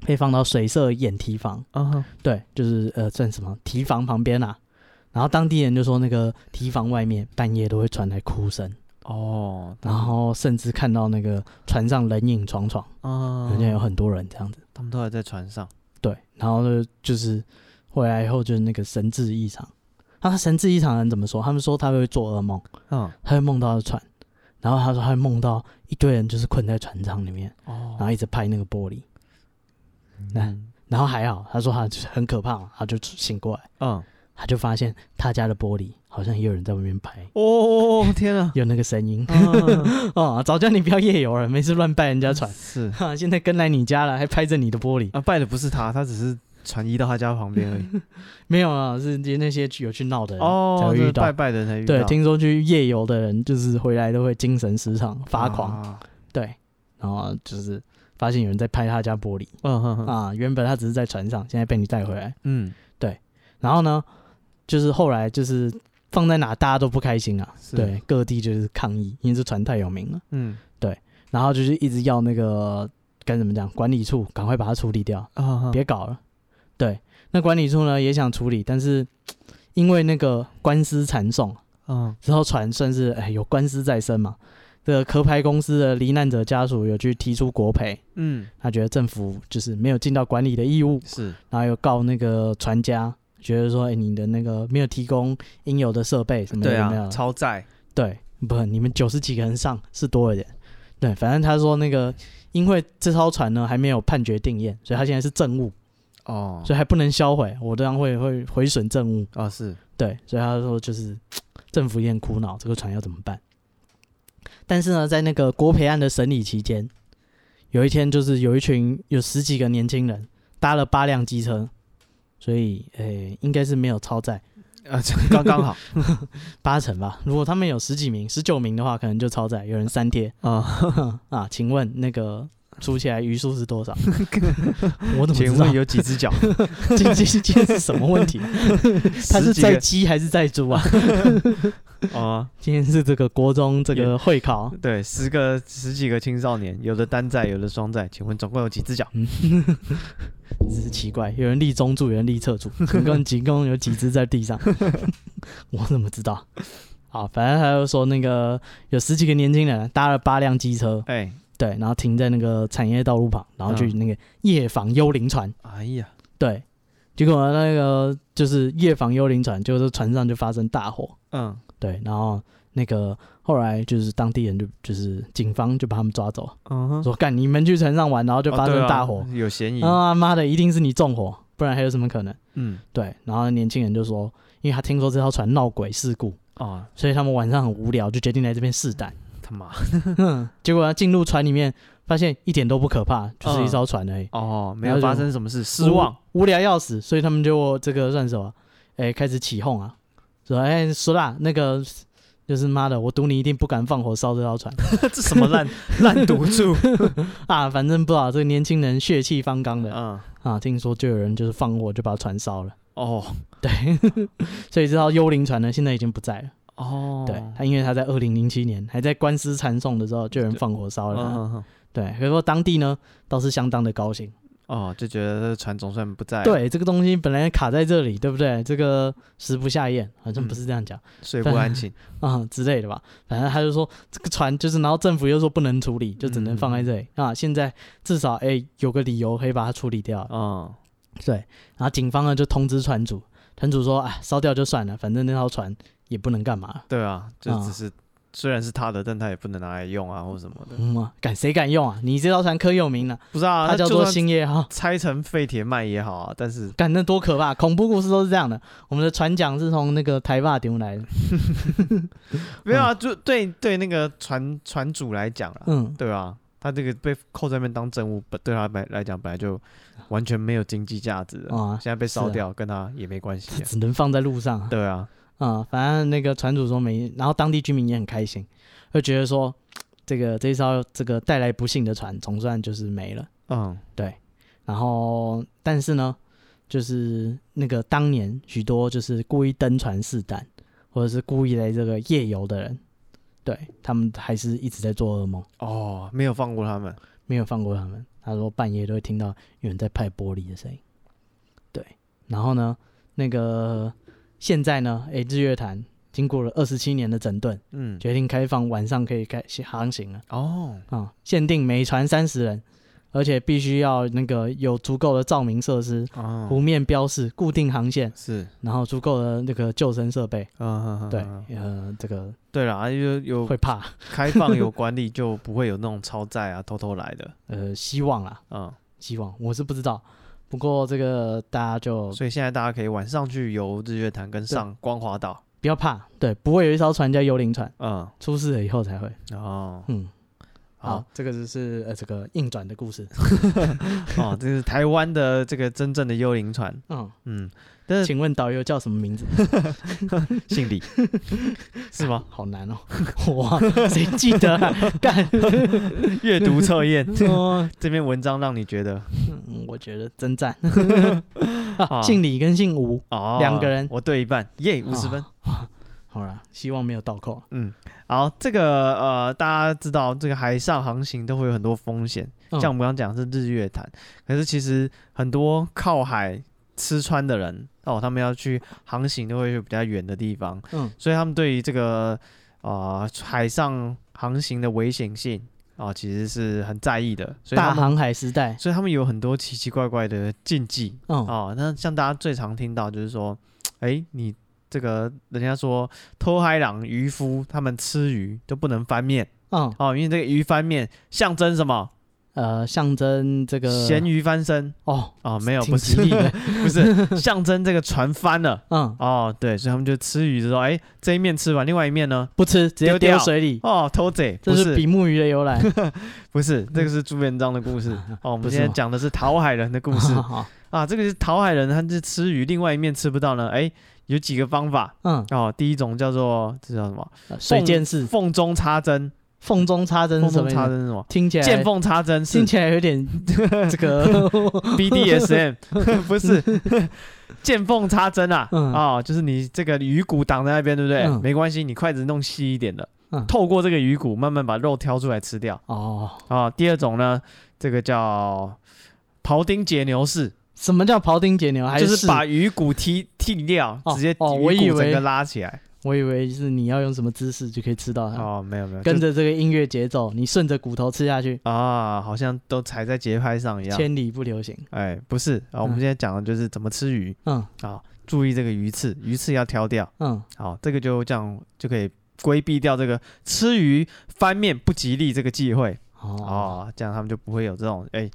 S2: 被放到水社掩提房，
S1: 嗯哼，
S2: 对，就是呃，算什么提房旁边啊。然后当地人就说，那个提房外面半夜都会传来哭声，
S1: 哦，
S2: 然后甚至看到那个船上人影幢幢，
S1: 啊
S2: 好像有很多人这样子。
S1: 他们都还在船上，
S2: 对，然后呢，就是回来以后就是那个神志异常。那他神志异常的人怎么说？他们说他会做噩梦，
S1: 嗯，
S2: 他会梦到船，然后他说他会梦到一堆人就是困在船舱里面，然
S1: 哦，
S2: 后一直拍那个玻璃，
S1: 嗯
S2: 然后还好，他说他就是很可怕嘛，他就醒过来，
S1: 嗯，
S2: 他就发现他家的玻璃好像也有人在外面拍，
S1: 哦，天 *laughs* 啊！
S2: 有那个声音 *laughs*
S1: 嗯
S2: 哦。早叫你不要夜游了，没事乱拜人家船， *laughs*
S1: 是
S2: 哈，现在跟来你家了，还拍着你的玻璃，
S1: 啊，拜的不是他，他只是船移到他家旁边而已。
S2: 没有啊，是那些有去闹的人才
S1: 哦，
S2: 会
S1: 就是
S2: 遇到。
S1: 拜拜的人嗯才遇到，
S2: 对，听说去夜游的人，就是回来都会精神失常、发狂。
S1: 啊。
S2: 对，然后就是发现有人在拍他家玻璃
S1: 嗯哼哼，
S2: 啊，原本他只是在船上，现在被你带回来。
S1: 嗯，
S2: 然后呢，就是后来就是放在哪大家都不开心啊，
S1: 是
S2: 对，各地就是抗议，因为这船太有名了，
S1: 嗯
S2: 然后就是一直要那个该怎么讲，管理处赶快把它处理掉，
S1: 啊，
S2: 别搞了。对，那管理处呢也想处理，但是因为那个官司缠讼，
S1: 嗯
S2: 之后船算是哎有官司在身嘛，这个壳牌公司的罹难者家属有去提出国赔。
S1: 嗯
S2: 他觉得政府就是没有尽到管理的义务，
S1: 是
S2: 然后又告那个船家，觉得说，哎、你的那个没有提供应有的设备什么的，
S1: 对啊
S2: 有没有
S1: 啊，超载
S2: 对，不，你们九十几个人上是多一点，对，反正他说那个，因为这艘船呢还没有判决定验，所以他现在是证物，
S1: 哦
S2: 所以还不能销毁，我这样会会毁损证物。
S1: 哦 *laughs* 是，
S2: 对，所以他说就是政府也很苦恼，这个船要怎么办？但是呢，在那个国培案的审理期间，有一天就是有一群有十几个年轻人搭了八辆机车，所以诶、应该是没有超载
S1: 啊这刚刚 *laughs* 好
S2: 八成吧。如果他们有十几名、十九名的话，可能就超载，有人三贴 *laughs*
S1: 啊，
S2: 啊。请问那个数起来余数是多少？ *laughs* 我
S1: *laughs*
S2: 怎么
S1: 请
S2: 知道
S1: 问？有几 *laughs* 只脚？
S2: 这这这是什么问
S1: *laughs*
S2: 题？他
S1: 十
S2: 是
S1: 几
S2: 在
S1: 个
S2: 鸡还是在猪啊？ *laughs*
S1: 哦，
S2: 今天是这个国中这个会考，
S1: 对，十个十几个青少年，有的单载，有的双载，请问总共有几只脚？
S2: 真是奇怪，有人立中柱，有人立侧
S1: *laughs*
S2: 柱，总共总共有几只在地上？ *laughs* 我怎么知道？好，反正他就说那个有十几个年轻人搭了八辆机车，
S1: 哎，
S2: 对，然后停在那个产业道路旁，然后去
S1: 嗯
S2: 那个夜访幽灵船，
S1: 哎呀，
S2: 对，结果那个就是夜访幽灵船，就是船上就发生大火，
S1: 嗯，
S2: 对，然后那个后来就是当地人就就是警方就把他们抓走，
S1: 嗯哼，
S2: 说干你们去船上玩，然后就
S1: 哦
S2: 发
S1: 对
S2: 生
S1: 啊
S2: 大火，
S1: 有嫌疑，
S2: 啊妈的，一定是你纵火，不然还有什么可能？
S1: 嗯，
S2: 对，然后年轻人就说，因为他听说这条船闹鬼事故，
S1: 哦，
S2: 所以他们晚上很无聊，就决定来这边试胆。
S1: 他妈，
S2: 哼，结果他进入船里面，发现一点都不可怕，就是一
S1: 嗯
S2: 艘船而已，
S1: 哦，没
S2: 然
S1: 有
S2: 后就
S1: 发生什么事，失望，
S2: 无，无聊要死，所以他们就这个算什么？哎，开始起哄啊，说哎，苏啦，那个就是妈的，我赌你一定不敢放火烧这条船
S1: *laughs*
S2: *laughs*
S1: 这什么 *laughs* 烂烂赌注？
S2: 啊！反正不知道这个年轻人血气方刚的
S1: 嗯，
S2: 啊，听说就有人就是放火就把船烧了，
S1: 哦
S2: 对，所以这艘幽灵船呢，现在已经不在了。
S1: 哦，
S2: 对他，因为他在二零零七年还在官司缠讼的时候，就有人放火烧了他。
S1: 嗯，
S2: 对，可以说当地呢倒是相当的高兴。
S1: 哦，就觉得这船总算不在，，
S2: 对，这个东西本来卡在这里，对不对？这个食不下咽，好像不是这样讲
S1: 睡不安寝，
S2: 啊、之类的
S1: 嗯
S2: 吧。反正他就说这个船就是，然后政府又说不能处理，就只能放在这里、
S1: 嗯
S2: 啊。现在至少哎有个理由可以把它处理掉。
S1: 嗯，
S2: 对，然后警方呢就通知船主，船主说哎烧掉就算了，反正那艘船也不能干嘛。
S1: 对啊，就
S2: 啊
S1: 只是虽然是他的，但他也不能拿来用啊，或什么的，
S2: 嗯啊，敢谁敢用啊？你这艘船可有名了、
S1: 不是啊，
S2: 它
S1: 那
S2: 叫
S1: 就
S2: 做
S1: 算
S2: 星夜号。
S1: 拆成废铁卖也好啊，但是
S2: 干那多可怕！恐怖故事都是这样的。我们的船长是从那个台坝丢来的，
S1: 没有啊，就对对那个船船主来讲啦，
S2: 嗯，
S1: 对啊，他这个被扣在那边当政务，本对他来来讲本来就完全没有经济价值的，
S2: 啊
S1: 现在被
S2: 是
S1: 烧
S2: 啊
S1: 掉跟他也没关
S2: *laughs*
S1: 系啊，
S2: 只能放在路上啊。
S1: 对啊，
S2: 啊，反正那个船主说没，然后当地居民也很开心，就觉得说这个这一艘这个带来不幸的船总算就是没了。
S1: 嗯，
S2: 然后，但是呢，就是那个当年许多就是故意登船试胆，或者是故意来这个夜游的人，对他们还是一直在做噩梦。
S1: 哦，没有放过他们，
S2: 没有放过他们。他说半夜都会听到有人在拍玻璃的声音。对，然后呢，那个现在呢，诶，日月潭经过了二十七年的整顿，
S1: 嗯，
S2: 决定开放晚上可以开航行了
S1: 哦，
S2: 啊、限定每船三十人，而且必须要那个有足够的照明设施、湖
S1: 哦，
S2: 面标示、固定航线，
S1: 是，
S2: 然后足够的那个救生设备。
S1: 嗯，
S2: 对
S1: 嗯嗯，
S2: 呃，这个
S1: 对啦，有有
S2: 会怕，
S1: 开放有管理，就不会有那种超载啊、偷偷来的，
S2: 呃，希望啦，
S1: 嗯，
S2: 希望我是不知道，不过这个大家就
S1: 所以现在大家可以晚上去游日月潭跟上光华岛，
S2: 不要怕，对，不会有一艘船叫幽灵船，
S1: 嗯，
S2: 出事了以后才会。
S1: 哦，
S2: 嗯，好，
S1: 好，
S2: 这个就是呃这个硬转的故事。
S1: 哦，这是台湾的这个真正的幽灵船，
S2: 嗯，
S1: 嗯，但是
S2: 请问导游叫什么名字？
S1: 姓 *laughs* 李是吗？
S2: 好难 *laughs* 哦，哇，谁记得 *laughs* 啊？干，
S1: 阅读测 *laughs* 验
S2: 哦
S1: 这篇文章让你觉得
S2: 嗯，我觉得真 *laughs* 赞。啊
S1: 好
S2: 姓李跟姓吴，
S1: 哦，
S2: 两个人
S1: 我对一半，耶，五十分。
S2: 好了，希望没有倒扣。
S1: 嗯，好，这个呃，大家知道这个海上航行都会有很多风险，
S2: 嗯
S1: 像我们刚刚讲的是日月潭，可是其实很多靠海吃穿的人哦，他们要去航行都会去比较远的地方，
S2: 嗯，
S1: 所以他们对于这个呃海上航行的危险性啊、其实是很在意的，所以
S2: 大
S1: 他们
S2: 航海时代，
S1: 所以他们有很多奇奇怪怪的禁忌，
S2: 嗯，
S1: 哦，那像大家最常听到就是说，哎，你这个人家说偷海狼渔夫他们吃鱼都不能翻面
S2: 嗯，
S1: 哦，因为这个鱼翻面象征什么？
S2: 呃，象征这个
S1: 咸鱼翻身
S2: 哦，
S1: 哦，没有，
S2: 挺
S1: 不
S2: 吉
S1: 是
S2: 利的，
S1: *laughs* 不是，象征这个船翻了
S2: *laughs* 嗯，
S1: 哦，对，所以他们就吃鱼的时候，哎，这一面吃完，另外一面呢，
S2: 不吃，直接
S1: 丢掉
S2: 丢水里，
S1: 哦，偷贼，
S2: 这
S1: 不
S2: 是
S1: 是
S2: 比目鱼的 *laughs* 由来。
S1: 不是，这个是朱元璋的故事
S2: *laughs*
S1: 哦，我们
S2: 不是
S1: 今天
S2: 吗
S1: 讲的是讨海人的故
S2: *laughs*
S1: 事
S2: 好
S1: 啊，这个是讨海人，他是吃鱼，另外一面吃不到呢，哎，有几个方法
S2: 嗯，
S1: 哦，第一种叫做这叫什么？
S2: 呃水剑士，
S1: 缝中插针，
S2: 缝中插针
S1: 缝
S2: 是什
S1: 中
S2: 么意
S1: 插
S2: 思？啊
S1: 针是什么？
S2: 听起来
S1: 见缝插针是 *laughs*
S2: 听起来有点这个 *laughs*
S1: BDSM 不是 *laughs* 见缝插针啊，
S2: 嗯
S1: 哦，就是你这个鱼骨挡在那边，对不对？
S2: 嗯
S1: 没关系，你筷子弄细一点的，
S2: 嗯
S1: 透过这个鱼骨慢慢把肉挑出来吃掉
S2: 哦。
S1: 啊、第二种呢，这个叫庖丁解牛式，
S2: 什么叫庖丁解牛？还
S1: 就是把鱼骨踢剔掉，
S2: 哦
S1: 直接鱼
S2: 哦我以
S1: 骨整
S2: 为
S1: 个拉起来。
S2: 我以为是你要用什么姿势就可以吃到它，
S1: 哦，没有没有，
S2: 啊跟
S1: 就
S2: 着这个音乐节奏，你顺着骨头吃下去，
S1: 啊，好像都踩在节拍上一样。
S2: 千里不留行。
S1: 哎，不是啊，我们
S2: 嗯
S1: 今天讲的就是怎么吃鱼
S2: 嗯
S1: 啊，注意这个鱼刺，鱼刺要挑掉。
S2: 嗯，
S1: 好，这个就这样就可以规避掉这个吃鱼翻面不吉利这个忌讳
S2: 哦，
S1: 哦，这样他们就不会有这种哎、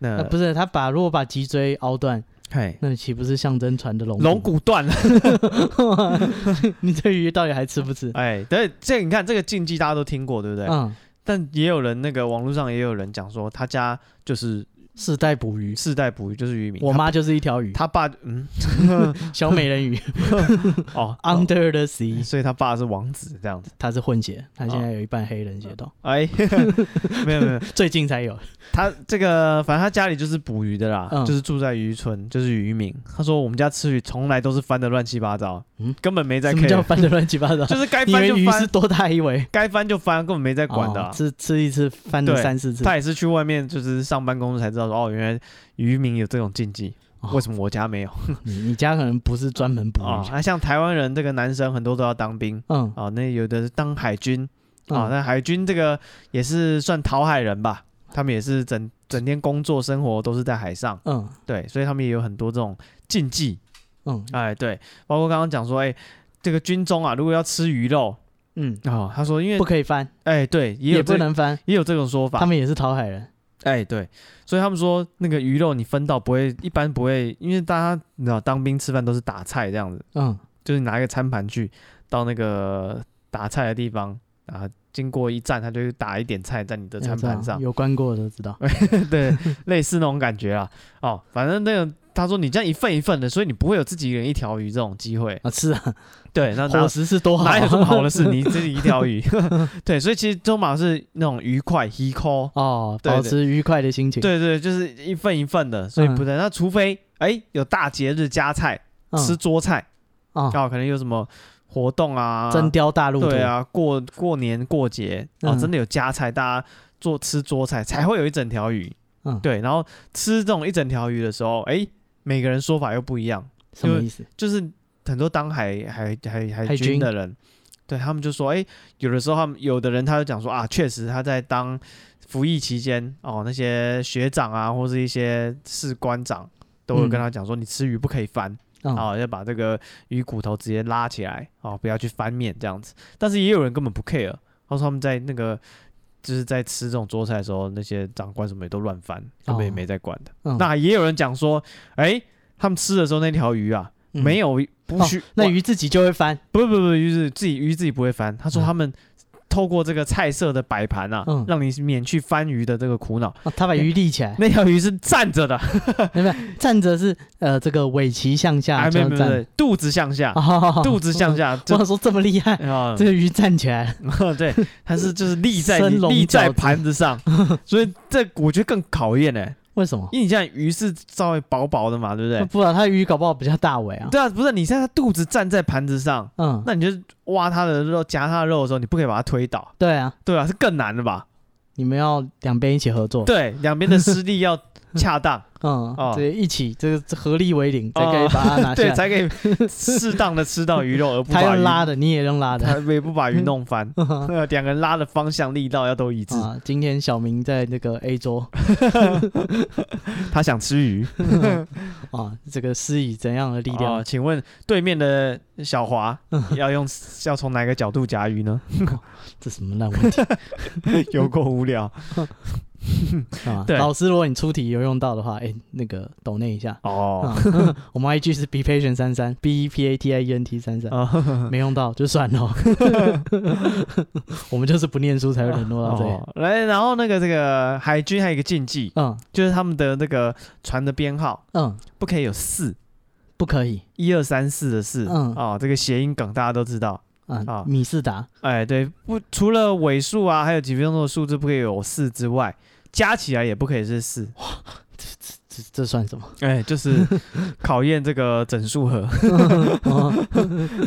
S1: 那、
S2: 那不是他把如果把脊椎凹断，
S1: 嘿
S2: 那岂不是象征船的龙
S1: 龙？骨断了
S2: *laughs* 你这鱼到底还吃不吃？
S1: 哎，对，这个你看这个禁忌大家都听过，对不对？
S2: 嗯，
S1: 但也有人那个网络上也有人讲说，他家就是
S2: 世代捕鱼，
S1: 世代捕鱼，就是渔民，
S2: 我
S1: 他
S2: 妈就是一条鱼，
S1: 他爸嗯
S2: 小美
S1: *laughs*
S2: 人鱼 *laughs*
S1: 哦哦
S2: ，Under the Sea，
S1: 所以他爸是王子这样子，
S2: 她是混血，她现
S1: 哦
S2: 在有一半黑人血统， *laughs*
S1: 哎，没有没有，
S2: 最近才有。
S1: 他这个反正他家里就是捕鱼的啦，
S2: 嗯
S1: 就是住在渔村，就是渔民。他说我们家吃鱼从来都是翻的乱七八糟，
S2: 嗯
S1: 根本没在
S2: 什么
S1: care，
S2: 叫翻的乱七八糟？
S1: 就是该
S2: *laughs* 你以
S1: 翻
S2: 为
S1: 就
S2: 鱼是
S1: 翻，
S2: 多大一尾？
S1: 该翻就翻，根本没在管的啊、
S2: 哦吃吃一次翻了
S1: 对
S2: 三四次。
S1: 他也是去外面就是上班工作才知道说哦，原来渔民有这种禁忌，
S2: 哦
S1: 为什么我家没有啊
S2: 你你家可能不是专门？捕鱼
S1: 哦
S2: 的，
S1: 那、像台湾人这个男生很多都要当兵
S2: 嗯
S1: 啊、哦那有的是当海军啊、
S2: 嗯
S1: 那海军这个也是算讨海人吧，他们也是整整天工作生活都是在海上。
S2: 嗯
S1: 对，所以他们也有很多这种禁忌。
S2: 嗯
S1: 哎，对，包括刚刚讲说，哎，这个军中啊，如果要吃鱼肉
S2: 嗯，
S1: 啊、哦他说因
S2: 不
S1: 为
S2: 可以翻，
S1: 哎，对，也有
S2: 也
S1: 这
S2: 不能翻，
S1: 也有这种说
S2: 他
S1: 法。
S2: 们也是讨海人。
S1: 哎，对，所以他们说那个鱼肉你分到不会，一般不会，因为大家你知道当兵吃饭都是打菜这样子，
S2: 嗯
S1: 就是拿一个餐盘去到那个打菜的地方啊，经过一站，他就打一点菜在你的餐盘上，
S2: 有关过的都
S1: *laughs*
S2: 知道。
S1: 对，类似那种感觉啦。哦，反正那个他说你这样一份一份的，所以你不会有自己一人一条鱼这种机会。
S2: 啊，是啊，
S1: 对，那
S2: 伙
S1: 那
S2: 食是多好啊，
S1: 哪有这么好的事？你自己一条鱼， *laughs* 对，所以其实周马是那种愉快 he call，
S2: *laughs* 哦，
S1: 对对
S2: 保持愉快的心情。
S1: 对对，就是一份一份的，所以不对。那除非哎有大节日加菜，
S2: 嗯，
S1: 吃桌菜，
S2: 啊，
S1: 然后可能有什么活动啊，
S2: 真雕大陆
S1: 对，啊，过过年过节哦，
S2: 嗯
S1: 真的有加菜，大家做吃桌菜才会有一整条鱼。
S2: 嗯
S1: 对，然后吃这种一整条鱼的时候，哎，每个人说法又不一样，
S2: 什么意思？
S1: 就是很多当海海海海
S2: 海
S1: 军
S2: 军
S1: 的人，对他们就说，哎、有的时候他们有的人他就讲说啊，确实他在当服役期间哦，那些学长啊或是一些士官长都会跟
S2: 嗯
S1: 他讲说，你吃鱼不可以翻
S2: 嗯
S1: 啊、要把这个鱼骨头直接拉起来哦，不要去翻面这样子。但是也有人根本不 care，他说他们在那个。就是在吃这种桌菜的时候，那些长官什么也都乱翻，他们也
S2: 哦
S1: 没在管的。
S2: 嗯
S1: 那也有人讲说，哎、他们吃的时候那条鱼啊，
S2: 嗯
S1: 没有不
S2: 哦
S1: 许、
S2: 那
S1: 哇
S2: 鱼自己就会翻。
S1: 不不不鱼是自己鱼自己不会翻。他说
S2: 嗯
S1: 他们透过这个菜色的摆盘啊，
S2: 嗯
S1: 让你免去翻鱼的这个苦恼。
S2: 哦，他把鱼立起
S1: *laughs*
S2: 来，
S1: 那条鱼是站着的，
S2: 没有站着是呃这个尾鳍向下
S1: 哎，没
S2: 这
S1: 有
S2: 样
S1: 没有，没
S2: 啊站，
S1: 有肚子向下，
S2: 哦
S1: 肚子向。下，
S2: *laughs* 我
S1: 就
S2: 想说这么厉害，
S1: 啊
S2: 这，个鱼站起来
S1: *laughs*
S2: 了，
S1: 对，它是就是立在
S2: *laughs* 伸
S1: 你
S2: 龙
S1: 立在
S2: 角
S1: 盘子
S2: *laughs*
S1: 上，所以这我觉得更考验呢、欸
S2: 为 *laughs* 什么？
S1: 因为你现在鱼是稍微薄薄的嘛，对不对？
S2: 不啊，它鱼搞不好比较大尾啊。
S1: 对啊，不是你现在它肚子站在盘子上，
S2: 嗯，
S1: 那你就挖它的肉夹它的肉的时候，你不可以把它推倒，
S2: 对啊，
S1: 对啊，是更难的吧？
S2: 你们要两边一起合作。
S1: 对，两边的施力要恰
S2: *laughs*
S1: 当，
S2: 嗯，
S1: 哦
S2: 对，一起这个合力为零，才可以
S1: 哦
S2: 把它拿下
S1: 对，
S2: 来。
S1: 才可以适当的吃到鱼
S2: *laughs*
S1: 肉，而不
S2: 啊他
S1: 把
S2: 要
S1: 鱼
S2: 拉的，你也用
S1: *laughs*
S2: 拉的。嗯
S1: 他也不把鱼弄
S2: *laughs*
S1: 翻。呃两个人拉的方向力道要都一致。
S2: 啊，今天小明在那个 A 州
S1: 他想吃鱼，
S2: 啊，这个施以怎样的力量？
S1: 哦请问对面的小华
S2: 嗯
S1: 要用要从哪个角度夹
S2: *laughs*
S1: 鱼呢？
S2: 这什么烂问题
S1: 有够无聊
S2: 啊？
S1: *laughs* 对
S2: 老师，如果你出题有用到的话，哎、那个抖那一下。
S1: 哦。
S2: 啊 *laughs* 我们 IG 是 be patient 三三 b e p a t i e n t 三三，
S1: 哦
S2: *laughs* 没用到就算了。哦 *laughs* 我们就是不念书才会沦落到这里。
S1: 哦来，然后那个这个海军还有一个禁忌，
S2: 嗯
S1: 就是他们的那个船的编号
S2: 嗯，
S1: 不可以有四，
S2: 不可以
S1: 一二三四的四，
S2: 嗯
S1: 哦，这个谐音梗大家都知道。
S2: 啊
S1: 啊，
S2: 米斯达
S1: 哎，对，不，除了尾数啊，还有几分钟的数字不可以有四之外，加起来也不可以是四。
S2: 这这算什么？
S1: *laughs* 哎，就是考验这个整数 *laughs* 和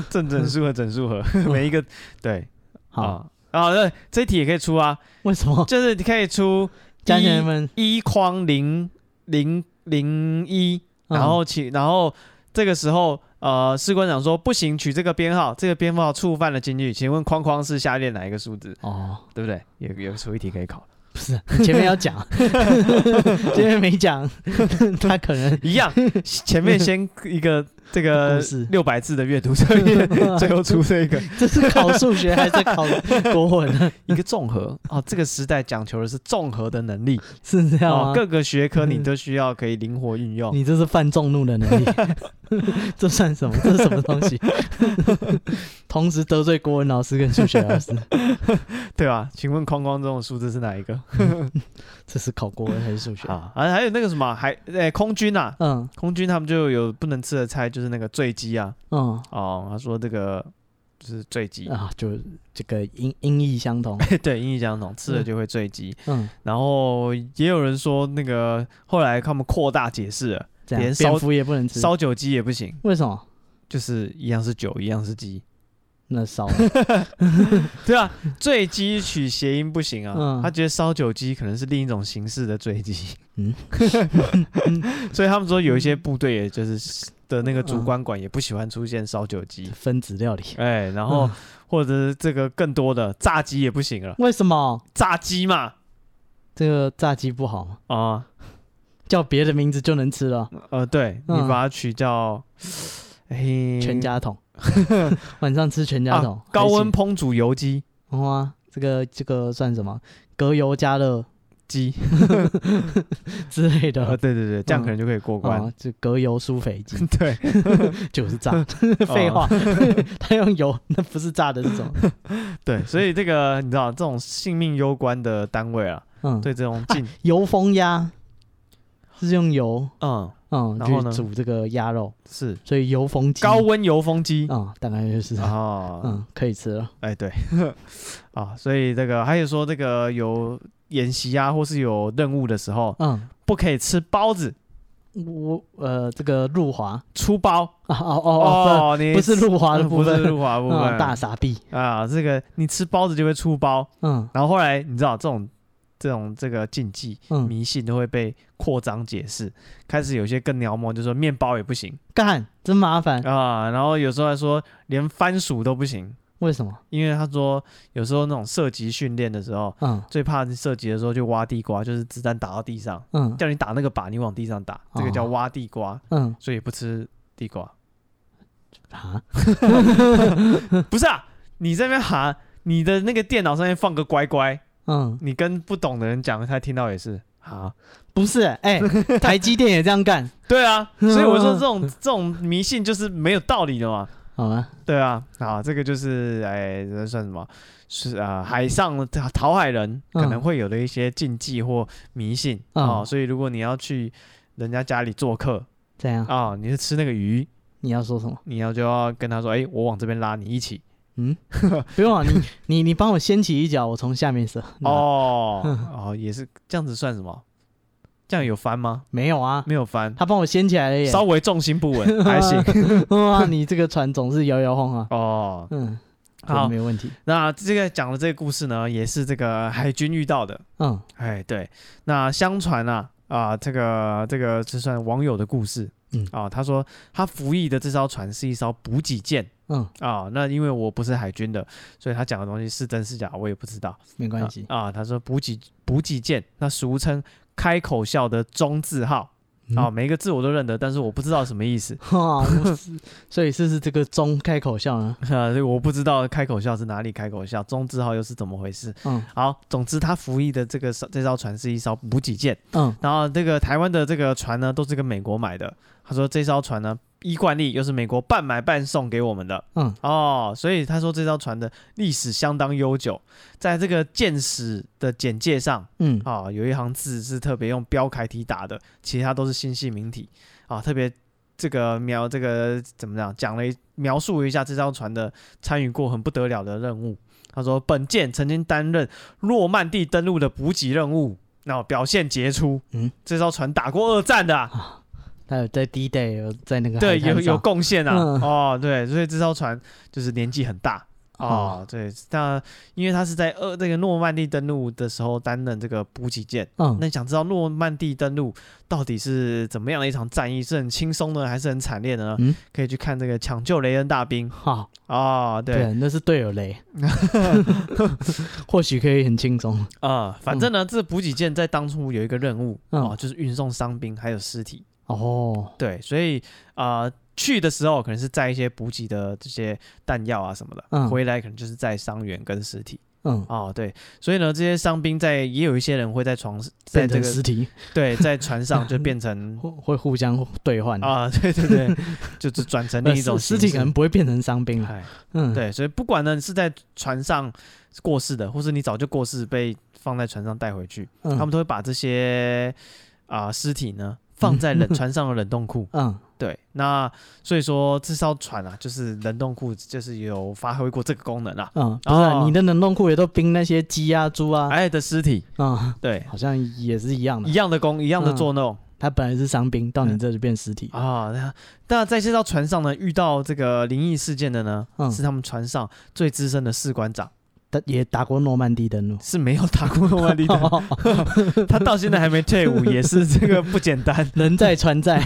S1: 正整数和整数和 *laughs* 每一个对
S2: 好，
S1: 啊啊，对，这一题也可以出啊，
S2: 为什么
S1: 就是你可以出
S2: 家人们？
S1: 一框零零零一，
S2: 嗯
S1: 然后起，然后这个时候呃，士官长说不行，取这个编号，这个编号触犯了禁忌，请问框框是下列哪一个数字？
S2: 哦，
S1: 对不对？有有出一题可以考，
S2: 不是，前面要讲， *laughs* 前面没讲，他可能
S1: 一样，前面先一个这
S2: *laughs* 故
S1: 个
S2: 事
S1: 六百字的阅读测
S2: *laughs*
S1: 验，最后出这个
S2: *laughs* 这是考数学还是考国文呢？
S1: 一个综合哦，这个时代讲求的是综合的能力
S2: *laughs* 是这样
S1: 哦
S2: 吗，？
S1: 各个学科你都需要可以灵活运用。
S2: 啊嗯你这是犯众怒的
S1: *laughs*
S2: 能力，这算什么？这是什么东西？同时得罪国文老师跟数学
S1: *laughs*
S2: 老师，
S1: 对吧？请问框框中的数字是哪一个？
S2: 这是考国文还是数学？
S1: 啊，啊还有那个什么海呃、空军啊，
S2: 嗯
S1: 空军他们就有不能吃的菜，就是那个醉鸡啊。
S2: 嗯
S1: 哦，他说这个就是醉鸡，
S2: 啊，就这个音音译相同。
S1: *laughs* 对，英语讲懂，吃了就会醉鸡。
S2: 嗯，
S1: 然后也有人说那个后来他们扩大解释了，
S2: 这样
S1: 连烧
S2: 蝙蝠也不能吃，
S1: 烧酒鸡也不行，
S2: 为什么？
S1: 就是一样是酒，一样是
S2: *laughs*
S1: 鸡。*laughs*
S2: 那烧
S1: 对啊，醉鸡取谐音不行啊，
S2: 嗯
S1: 他觉得烧酒鸡可能是另一种形式的醉鸡，
S2: 嗯
S1: *laughs* 所以他们说有一些部队也就是的那个主管管也不喜欢出现烧酒鸡，
S2: 分子料理，
S1: 哎，然后
S2: 嗯
S1: 或者是这个更多的炸鸡也不行了，
S2: 为什么
S1: 炸鸡嘛，
S2: 这个炸鸡不好吗？
S1: 啊、
S2: 叫别的名字就能吃了，
S1: 呃，对你
S2: 嗯
S1: 把它取叫，嘿，
S2: 全家
S1: *laughs*
S2: 桶，晚上吃全家桶
S1: 啊，，高温
S2: 还
S1: 烹煮油鸡
S2: 行哇、这个这个算什么？隔油加热
S1: 鸡，
S2: *laughs* 之类的。
S1: 呃，对对对，这样可能就可以过关，
S2: 啊，这隔油酥肥鸡
S1: *laughs* 对，
S2: *laughs*
S1: 哦
S2: 就是炸， *laughs* 废话，他用油， *laughs* 那不是炸的这
S1: *laughs*
S2: 种，
S1: 对，所以这个你知道，这种性命攸关的单位啊，
S2: 嗯，，
S1: 对这种禁，
S2: 油封鸭是用油，
S1: 嗯，
S2: 嗯，
S1: 然后
S2: 去
S1: 呢
S2: 煮这个鸭肉，
S1: 是
S2: 所以油封鸡
S1: 高温油风机
S2: 啊，大概就是，
S1: 哦，
S2: 嗯，可以吃了，
S1: 哎对， *laughs* 啊，所以这个还有说这个有演习啊，或是有任务的时候，
S2: 嗯，
S1: 不可以吃包子、
S2: 我呃，这个入华
S1: 粗包
S2: 啊，哦哦哦，
S1: 你
S2: 不不是入华的
S1: 嗯
S2: 部
S1: *laughs* 不是
S2: *laughs* 分，
S1: 入华的部
S2: 啊，
S1: 分
S2: 大傻逼，
S1: 啊，这个你吃包子就会粗包，
S2: 嗯
S1: 然后后来你知道这种这种这个禁忌
S2: 嗯，
S1: 迷信都会被扩张解释，开始有些更鸟毛就说面包也不行。
S2: 干，真麻烦，
S1: 啊，然后有时候还说连番薯都不行，
S2: 为什么？
S1: 因为他说有时候那种射击训练的时候，
S2: 嗯
S1: 最怕射击的时候就挖地瓜，就是子弹打到地上， *laughs*
S2: 嗯
S1: 叫你打那个靶，你往地上打，这个叫
S2: 哦
S1: 挖地瓜，
S2: 嗯
S1: 所以不吃地瓜。
S2: 啊，
S1: 不是啊，你这边喊你的那个电脑上面放个乖乖，
S2: 嗯，
S1: 你跟不懂的人讲，他听到也是啊。
S2: 不是，
S1: *laughs*
S2: 哎，台积电也这样干，
S1: 对啊，所以我说这种 *laughs* 这种迷信就是没有道理的嘛。
S2: 好吗？
S1: 对啊，啊，这个就是哎，这算什么？是啊、呃海上的讨讨海人
S2: 嗯
S1: 可能会有的一些禁忌或迷信啊、
S2: 嗯
S1: 所以如果你要去人家家里做客
S2: 怎样？
S1: 啊、你是吃那个鱼，
S2: 你要说什么？
S1: 你要就要跟他说，哎、我往这边拉你一起
S2: 嗯，不用啊，你 *laughs* 你你帮我掀起一脚，我从下面射。哦，
S1: 哦哦，也是这样子算什么？这样有翻吗？
S2: 没有啊，
S1: 没有翻，
S2: 他帮我掀起来了耶。
S1: 稍
S2: *laughs*
S1: 微重心不稳还行
S2: 哇，你这个船总是摇摇晃晃。
S1: 哦。
S2: 嗯，
S1: 好
S2: 没，有问题。
S1: 那这个讲的这个故事呢，也是这个海军遇到的。
S2: 嗯
S1: 哎，对，那相传啊，啊、这个这个这算网友的故事，
S2: 嗯
S1: 啊，他说他服役的这艘船是一艘补给舰
S2: 嗯，
S1: 啊，那因为我不是海军的，所以他讲的东西是真是假我也不知道。
S2: 没关系，
S1: 啊啊，他说补给补给舰，那俗称开口笑的中字号。
S2: 嗯 *laughs*
S1: 啊，每一个字我都认得，但是我不知道什么意思， *laughs*
S2: 哈，我是所以是不是这个中开口笑呢？
S1: 啊，所以我不知道开口笑是哪里开口笑，中字号又是怎么回事。
S2: 嗯
S1: 好，总之他服役的这个艘这艘船是一艘补给舰，
S2: 嗯
S1: 然后这个台湾的这个船呢，都是跟美国买的。他说这艘船呢，依惯例又是美国半买半送给我们的
S2: 嗯，
S1: 哦，所以他说这艘船的历史相当悠久，在这个舰史的简介上
S2: 嗯，
S1: 啊、有一行字是特别用标楷体打的，其他都是新细明体啊、特别这个描这个怎么讲，讲了一描述一下这艘船的参与过很不得了的任务。他说，本舰曾经担任诺曼底登陆的补给任务，那、表现杰出。
S2: 嗯，
S1: 这艘船打过二战的啊、
S2: 他有在 D day 有在那个
S1: 对，
S2: 海滩
S1: 有有
S2: 上
S1: 贡献啊。
S2: 嗯
S1: 哦，对，所以这艘船就是年纪很大。哦
S2: *laughs* 哦，
S1: 对，那因为他是在二这个诺曼底登陆的时候担任这个补给舰，
S2: 嗯
S1: 那你想知道诺曼底登陆到底是怎么样的一场战役？是很轻松呢，还是很惨烈的呢？
S2: 嗯
S1: 可以去看这个《抢救雷恩大兵》
S2: 好，
S1: 哦，对，
S2: 对，那是队友
S1: *laughs*
S2: 雷， *laughs* 或许可以很轻松。
S1: 啊、反正呢，这补给舰在当初有一个任务
S2: 嗯
S1: 哦，就是运送伤兵还有尸体。
S2: 哦，
S1: 对，所以啊、呃去的时候可能是载一些补给的这些弹药啊什么的，
S2: 嗯
S1: 回来可能就是载伤员跟尸体。
S2: 嗯，
S1: 哦，对，所以呢，这些伤兵在也有一些人会在床，在
S2: 变
S1: 这
S2: 成
S1: 个
S2: 尸体
S1: 对，在船上就变成
S2: 会会互相兑换
S1: 啊、对对对，就是转成
S2: 呃
S1: 另一
S2: *laughs*
S1: 种
S2: 尸尸体
S1: 形
S2: 可
S1: 式
S2: 能不会变成伤兵了。
S1: 哎，
S2: 嗯，，
S1: 对，所以不管呢你是在船上过世的，或是你早就过世被放在船上带回去，
S2: 嗯
S1: 他们都会把这些啊尸、体呢放在
S2: *laughs*
S1: 冷船上的冷冻库。
S2: 嗯
S1: 对，那所以说这艘船啊，就是冷冻库，就是有发挥过这个功能啊。
S2: 嗯，不是啊、
S1: 哦
S2: 你的冷冻库也都冰那些鸡啊、猪啊，
S1: 哎的尸体，
S2: 嗯，
S1: 对，
S2: 好像也是一样的
S1: 一。样的工，一样
S2: 嗯
S1: 的作弄、
S2: 他本来是伤兵，到你这里变尸体。
S1: 啊。那那在这艘船上呢，遇到这个灵异事件的呢，
S2: 嗯
S1: 是他啊们船上最资深的士官长，。
S2: 他也打过诺曼底登陆
S1: 是没有打过诺曼 *laughs* 底的，他到现在还没退 *laughs* 伍，也是这个不简单。
S2: *laughs* 人在船在，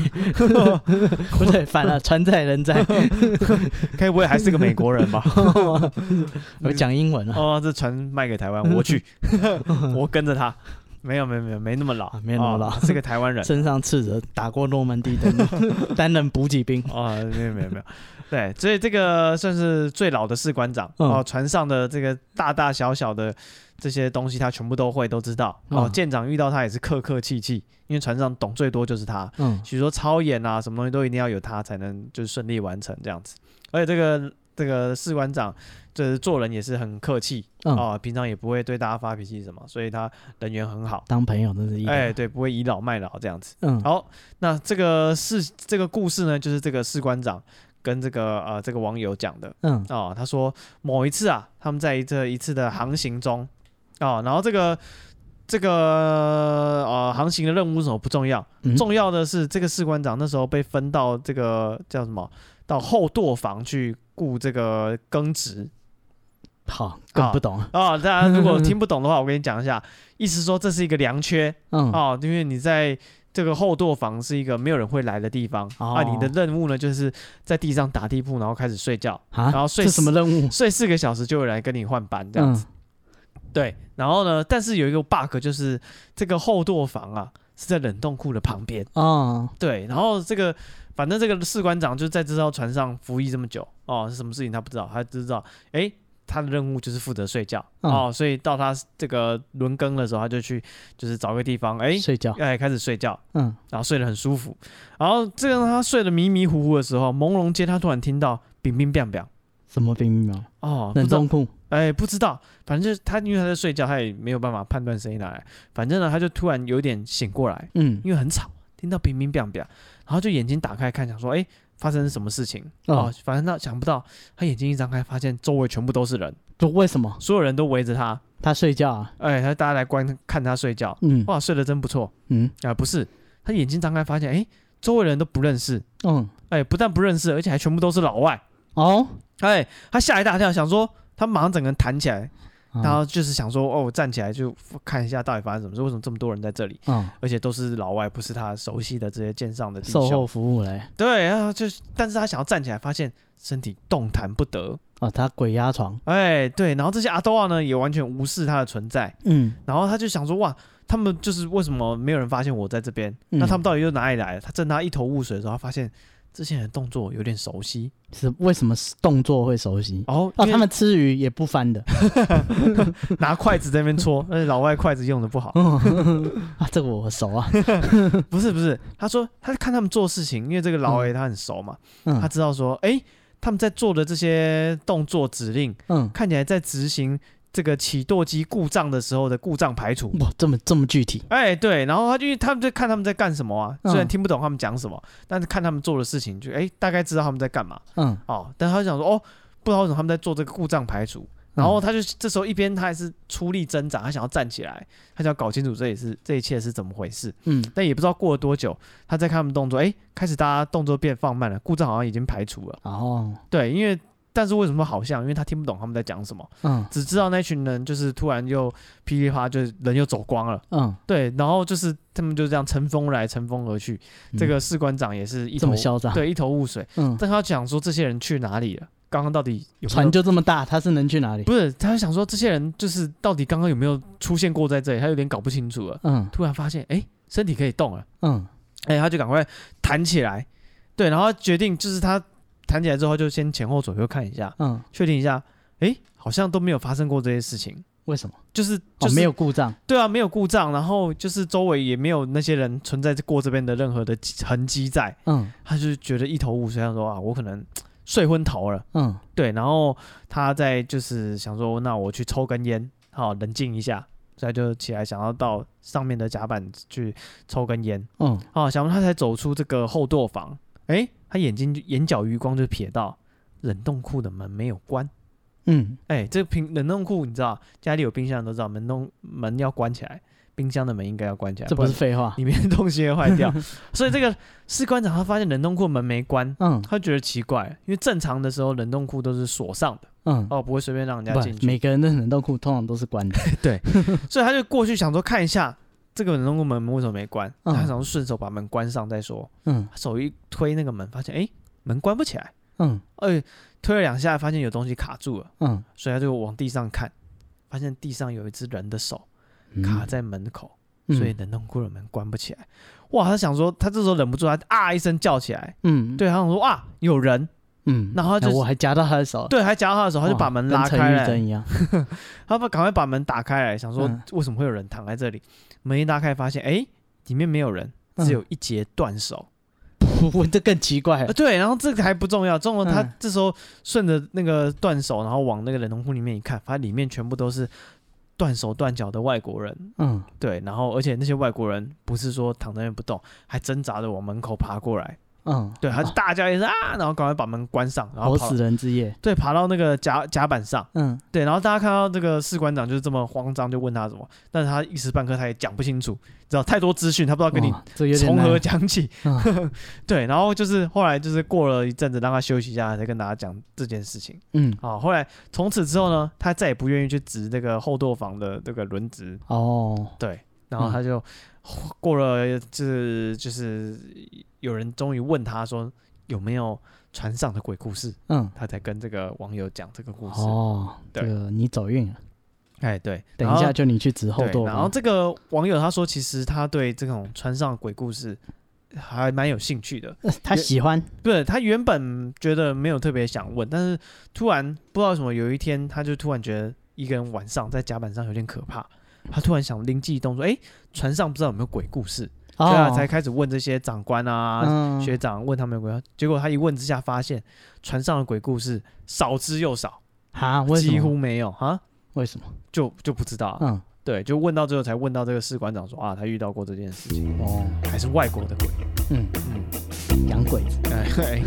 S2: 不对，反了，船在人
S1: *laughs*
S2: 在。
S1: *laughs* 该不会还是个美国人吧？
S2: 我讲英文啊
S1: *laughs*
S2: 了，
S1: 哦，这船卖给台湾， *laughs* 我去，我跟着他。没有没有没有没那么老
S2: 啊，没那么老
S1: 哦是个台湾 *laughs* 人。
S2: 身上刺着打过诺曼底
S1: *laughs*
S2: 登陆，担任补给兵。
S1: 啊、没有没有没有，对，所以这个算是最老的士官长、
S2: 嗯
S1: 哦，船上的这个大大小小的这些东西，他全部都会，都知道哦。
S2: 嗯
S1: 舰长遇到他也是客客气气，因为船上懂最多就是他，
S2: 嗯
S1: 许多操演啊，什么东西都一定要有他才能就是顺利完成这样子。而且这个这个士官长就是做人也是很客气啊、
S2: 嗯，
S1: 哦平常也不会对大家发脾气什么，所以他人缘很好，
S2: 当朋友真是一
S1: 哎、
S2: 点。
S1: 对，不会倚老卖老这样子。
S2: 嗯，
S1: 好，那这个是这个故事呢，就是这个士官长跟这个呃这个网友讲的
S2: 嗯
S1: 哦。他说某一次啊，他们在这一次的航行中哦，然后这个这个呃航行的任务是什么不重要，
S2: 嗯，
S1: 重要的是这个士官长那时候被分到这个叫什么到后舵房去顾这个耕植
S2: 好，更不懂。
S1: 哦。大家如果听不懂的话，我跟你讲一下，意思说这是一个良缺。
S2: 嗯，
S1: 哦，因为你在这个后舵房是一个没有人会来的地方、啊，你的
S2: 哦
S1: 任务呢就是在地上打地铺，然后开始睡觉，
S2: 啊，
S1: 然后睡
S2: 这什么任务？
S1: 睡四个小时就有人来跟你换班这样子。
S2: 嗯
S1: 对，然后呢，但是有一个 bug 就是这个后舵房啊是在冷冻库的旁边，
S2: 哦，
S1: 对，然后这个反正这个士官长就在这艘船上服役这么久哦，是什么事情他不知道，他只知道哎。诶他的任务就是负责睡觉、
S2: 嗯
S1: 哦，所以到他这个轮更的时候，他就去就是找个地方，哎、
S2: 睡觉。
S1: 哎，开始睡觉，
S2: 嗯，
S1: 然后睡得很舒服。然后这让他睡得迷迷糊糊的时候，朦胧间他突然听到“冰冰冰冰
S2: 什么兵苗？”
S1: 哦，不
S2: 冷
S1: 知道
S2: 冻，库。
S1: 哎，不知道，反正就是他，因为他在睡觉，他也没有办法判断声音哪来。反正呢，他就突然有点醒过来，
S2: 嗯，
S1: 因为很吵，听到“冰冰冰冰”，然后就眼睛打开看，想说，哎，发生什么事情？
S2: 哦
S1: 哦，反正他想不到，他眼睛一张开，发现周围全部都是人，
S2: 就为什么
S1: 所有人都围着他，
S2: 他睡觉啊？
S1: 哎，他大家来观看他睡觉，
S2: 嗯
S1: 哇，睡得真不错。
S2: 嗯
S1: 啊、不是，他眼睛张开发现，哎、周围人都不认识，
S2: 嗯，
S1: 哎、不但不认识，而且还全部都是老外，
S2: 哦，
S1: 哎、他吓一大跳，想说他马上整个人弹起来，
S2: 嗯
S1: 然后就是想说，哦，我站起来就看一下到底发生什么事，为什么这么多人在这里，
S2: 嗯，
S1: 而且都是老外，不是他熟悉的这些舰上的弟
S2: 售
S1: 兄
S2: 后。服务嘞，
S1: 对，然后就是，但是他想要站起来，发现身体动弹不得。
S2: 哦，他鬼压床，
S1: 哎，对，然后这些阿多啊呢，也完全无视他的存在。
S2: 嗯，
S1: 然后他就想说，哇，他们就是为什么没有人发现我在这边？
S2: 嗯
S1: 那他们到底又哪里来的？他正当他一头雾水的时候，他发现这些人的动作有点熟悉。
S2: 是为什么动作会熟悉？
S1: 哦，
S2: 哦，
S1: 因为
S2: 他们吃鱼也不翻
S1: *laughs*
S2: 的， *laughs*
S1: 拿筷子在那边戳，而且老外筷子用的不好。
S2: 啊，这个我
S1: *laughs*
S2: 熟啊，
S1: 不是不是，他说他看他们做事情，因为这个老外他很熟嘛，他
S2: 嗯
S1: 知道说，哎、他们在做的这些动作指令，
S2: 嗯，
S1: 看起来在执行这个起舵机故障的时候的故障排除。
S2: 哇，这么这么具体，
S1: 哎，对，然后他就因为他们在看他们在干什么啊，虽然
S2: 嗯
S1: 听不懂他们讲什么，但是看他们做的事情就，哎大概知道他们在干嘛
S2: 嗯，
S1: 哦。但他就想说，哦，不知道为什么他们在做这个故障排除，
S2: 嗯
S1: 然后他就这时候一边他还是出力挣扎，他想要站起来，他想要搞清楚这也是这一切是怎么回事。
S2: 嗯
S1: 但也不知道过了多久，他在看他们动作，哎，开始大家动作变放慢了，故障好像已经排除了。
S2: 然后
S1: 对，因为但是为什么好像？因为他听不懂他们在讲什么，
S2: 嗯
S1: 只知道那群人就是突然又噼里啪啦，就是人又走光了。
S2: 嗯，
S1: 对，然后就是他们就这样乘风来，乘风而去。这个士官长也是一
S2: 嗯这
S1: 头
S2: 么嚣张，，
S1: 对一头雾水，
S2: 嗯，
S1: 但他讲说这些人去哪里了？刚刚到底有没有
S2: 船就这么大，他是能去哪里？
S1: 不是？他想说这些人就是到底刚刚有没有出现过在这里？他有点搞不清楚了。
S2: 嗯
S1: 突然发现，哎，身体可以动了，
S2: 嗯
S1: 哎，他就赶快弹起来。对，然后他决定就是他弹起来之后，他就先前后左右看一下，
S2: 嗯，
S1: 确定一下，哎，好像都没有发生过这些事情，
S2: 为什么？
S1: 就是就
S2: 哦，
S1: 是
S2: 没有故障，
S1: 对啊，没有故障，然后就是周围也没有那些人存在过这边的任何的迹痕迹在，
S2: 嗯
S1: 他就觉得一头雾水，他说啊，我可能睡昏头了，
S2: 嗯
S1: 对，然后他在就是想说，那我去抽根烟，好冷静一下，所以他就起来想要到上面的甲板去抽根烟，
S2: 嗯
S1: 啊，想不到他才走出这个后座房，诶，他眼睛就眼角余光就瞥到冷冻库的门没有关。
S2: 嗯
S1: 哎、这个冰冷冻库你知道，家里有冰箱的都知道，门冻门要关起来，冰箱的门应该要关起来，
S2: 这不
S1: 然
S2: 是废话，
S1: 里面的东西会坏掉。 *laughs* 所以这个士官长他发现冷冻库门没关，
S2: 嗯
S1: 他觉得奇怪，因为正常的时候冷冻库都是锁上的，
S2: 嗯，
S1: 哦，不会随便让人家进
S2: 不，
S1: 去，
S2: 每个人的冷冻库通常都是关的，
S1: 所以他就过去想说看一下这个冷冻库门为什么没关，
S2: 嗯
S1: 他想说顺手把门关上再说，
S2: 嗯
S1: 他手一推那个门，发现哎、门关不起来，
S2: 嗯
S1: 哎、推了两下发现有东西卡住了，
S2: 嗯，
S1: 所以他就往地上看，发现地上有一只人的手。
S2: 嗯
S1: 卡，在门口，
S2: 嗯
S1: 所以冷冻库的门关不起来。哇，他想说，他这时候忍不住，他啊一声叫起来，
S2: 嗯，
S1: 对，他想说啊有人，
S2: 嗯，
S1: 然后他就
S2: 那我还夹到他的手，
S1: 对，还夹到他的手，
S2: 哇，
S1: 他就把门拉
S2: 跟
S1: 开
S2: 陈玉珍
S1: 来，
S2: 一样，
S1: 他把赶快把门打开来，想说
S2: 嗯
S1: 为什么会有人躺在这里？门一打开，发现哎、诶里面没有人，
S2: 嗯
S1: 只有一截断手。
S2: 我这更奇怪
S1: 啊，，对，然后这个还不重要，重要他
S2: 哎嗯
S1: 这时候顺着那个断手，然后往那个冷冻库里面一看，发现里面全部都是断手断脚的外国人，
S2: 嗯
S1: 对，然后而且那些外国人不是说躺在那边不动，还挣扎着往门口爬过来。
S2: 嗯，
S1: 对，他就大叫一声啊，然后赶快把门关上，然后
S2: 好
S1: 跑
S2: 死。人之夜，
S1: 对，爬到那个甲甲板上。
S2: 嗯
S1: 对，然后大家看到这个士官长就是这么慌张，就问他什么，但是他一时半刻他也讲不清楚，知道太多资讯，他不知道跟你
S2: 哇这有点
S1: 从何
S2: 难啊
S1: 讲起。
S2: 嗯
S1: *laughs* 对，然后就是后来就是过了一阵子，让他休息一下，才跟大家讲这件事情。
S2: 嗯
S1: 啊，后来从此之后呢，他再也不愿意去值这个后舵房的这个轮值，
S2: 哦，
S1: 对，然后他就、过了，就是就是有人终于问他说有没有船上的鬼故事，
S2: 嗯
S1: 他才跟这个网友讲这个故事。
S2: 哦，这
S1: 对
S2: 个你走运了，
S1: 哎，对，
S2: 等
S1: 然
S2: 一
S1: 后
S2: 下就你去指后
S1: 对
S2: 座吧，
S1: 然后这个网友他说，其实他对这种船上的鬼故事还蛮有兴趣的，
S2: 呃 *laughs* 他喜欢，
S1: 不是他原本觉得没有特别想问，但是突然不知道为什么，有一天他就突然觉得一个人晚上在甲板上有点可怕，他突然想灵机一动说，哎，船上不知道有没有鬼故事。
S2: 哦
S1: 对啊，才开始问这些长官啊、
S2: 嗯
S1: 学长，问他们有鬼。结果他一问之下，发现船上的鬼故事少之又少，
S2: 哈，为什么
S1: 几乎没有啊，
S2: 为什么？
S1: 就就不知道啊、
S2: 嗯
S1: 对，就问到最后才问到这个士官长说啊，他遇到过这件事情，
S2: 哦
S1: 还是外国的鬼。
S2: 嗯
S1: 嗯，
S2: 养鬼子，
S1: 哎，嘿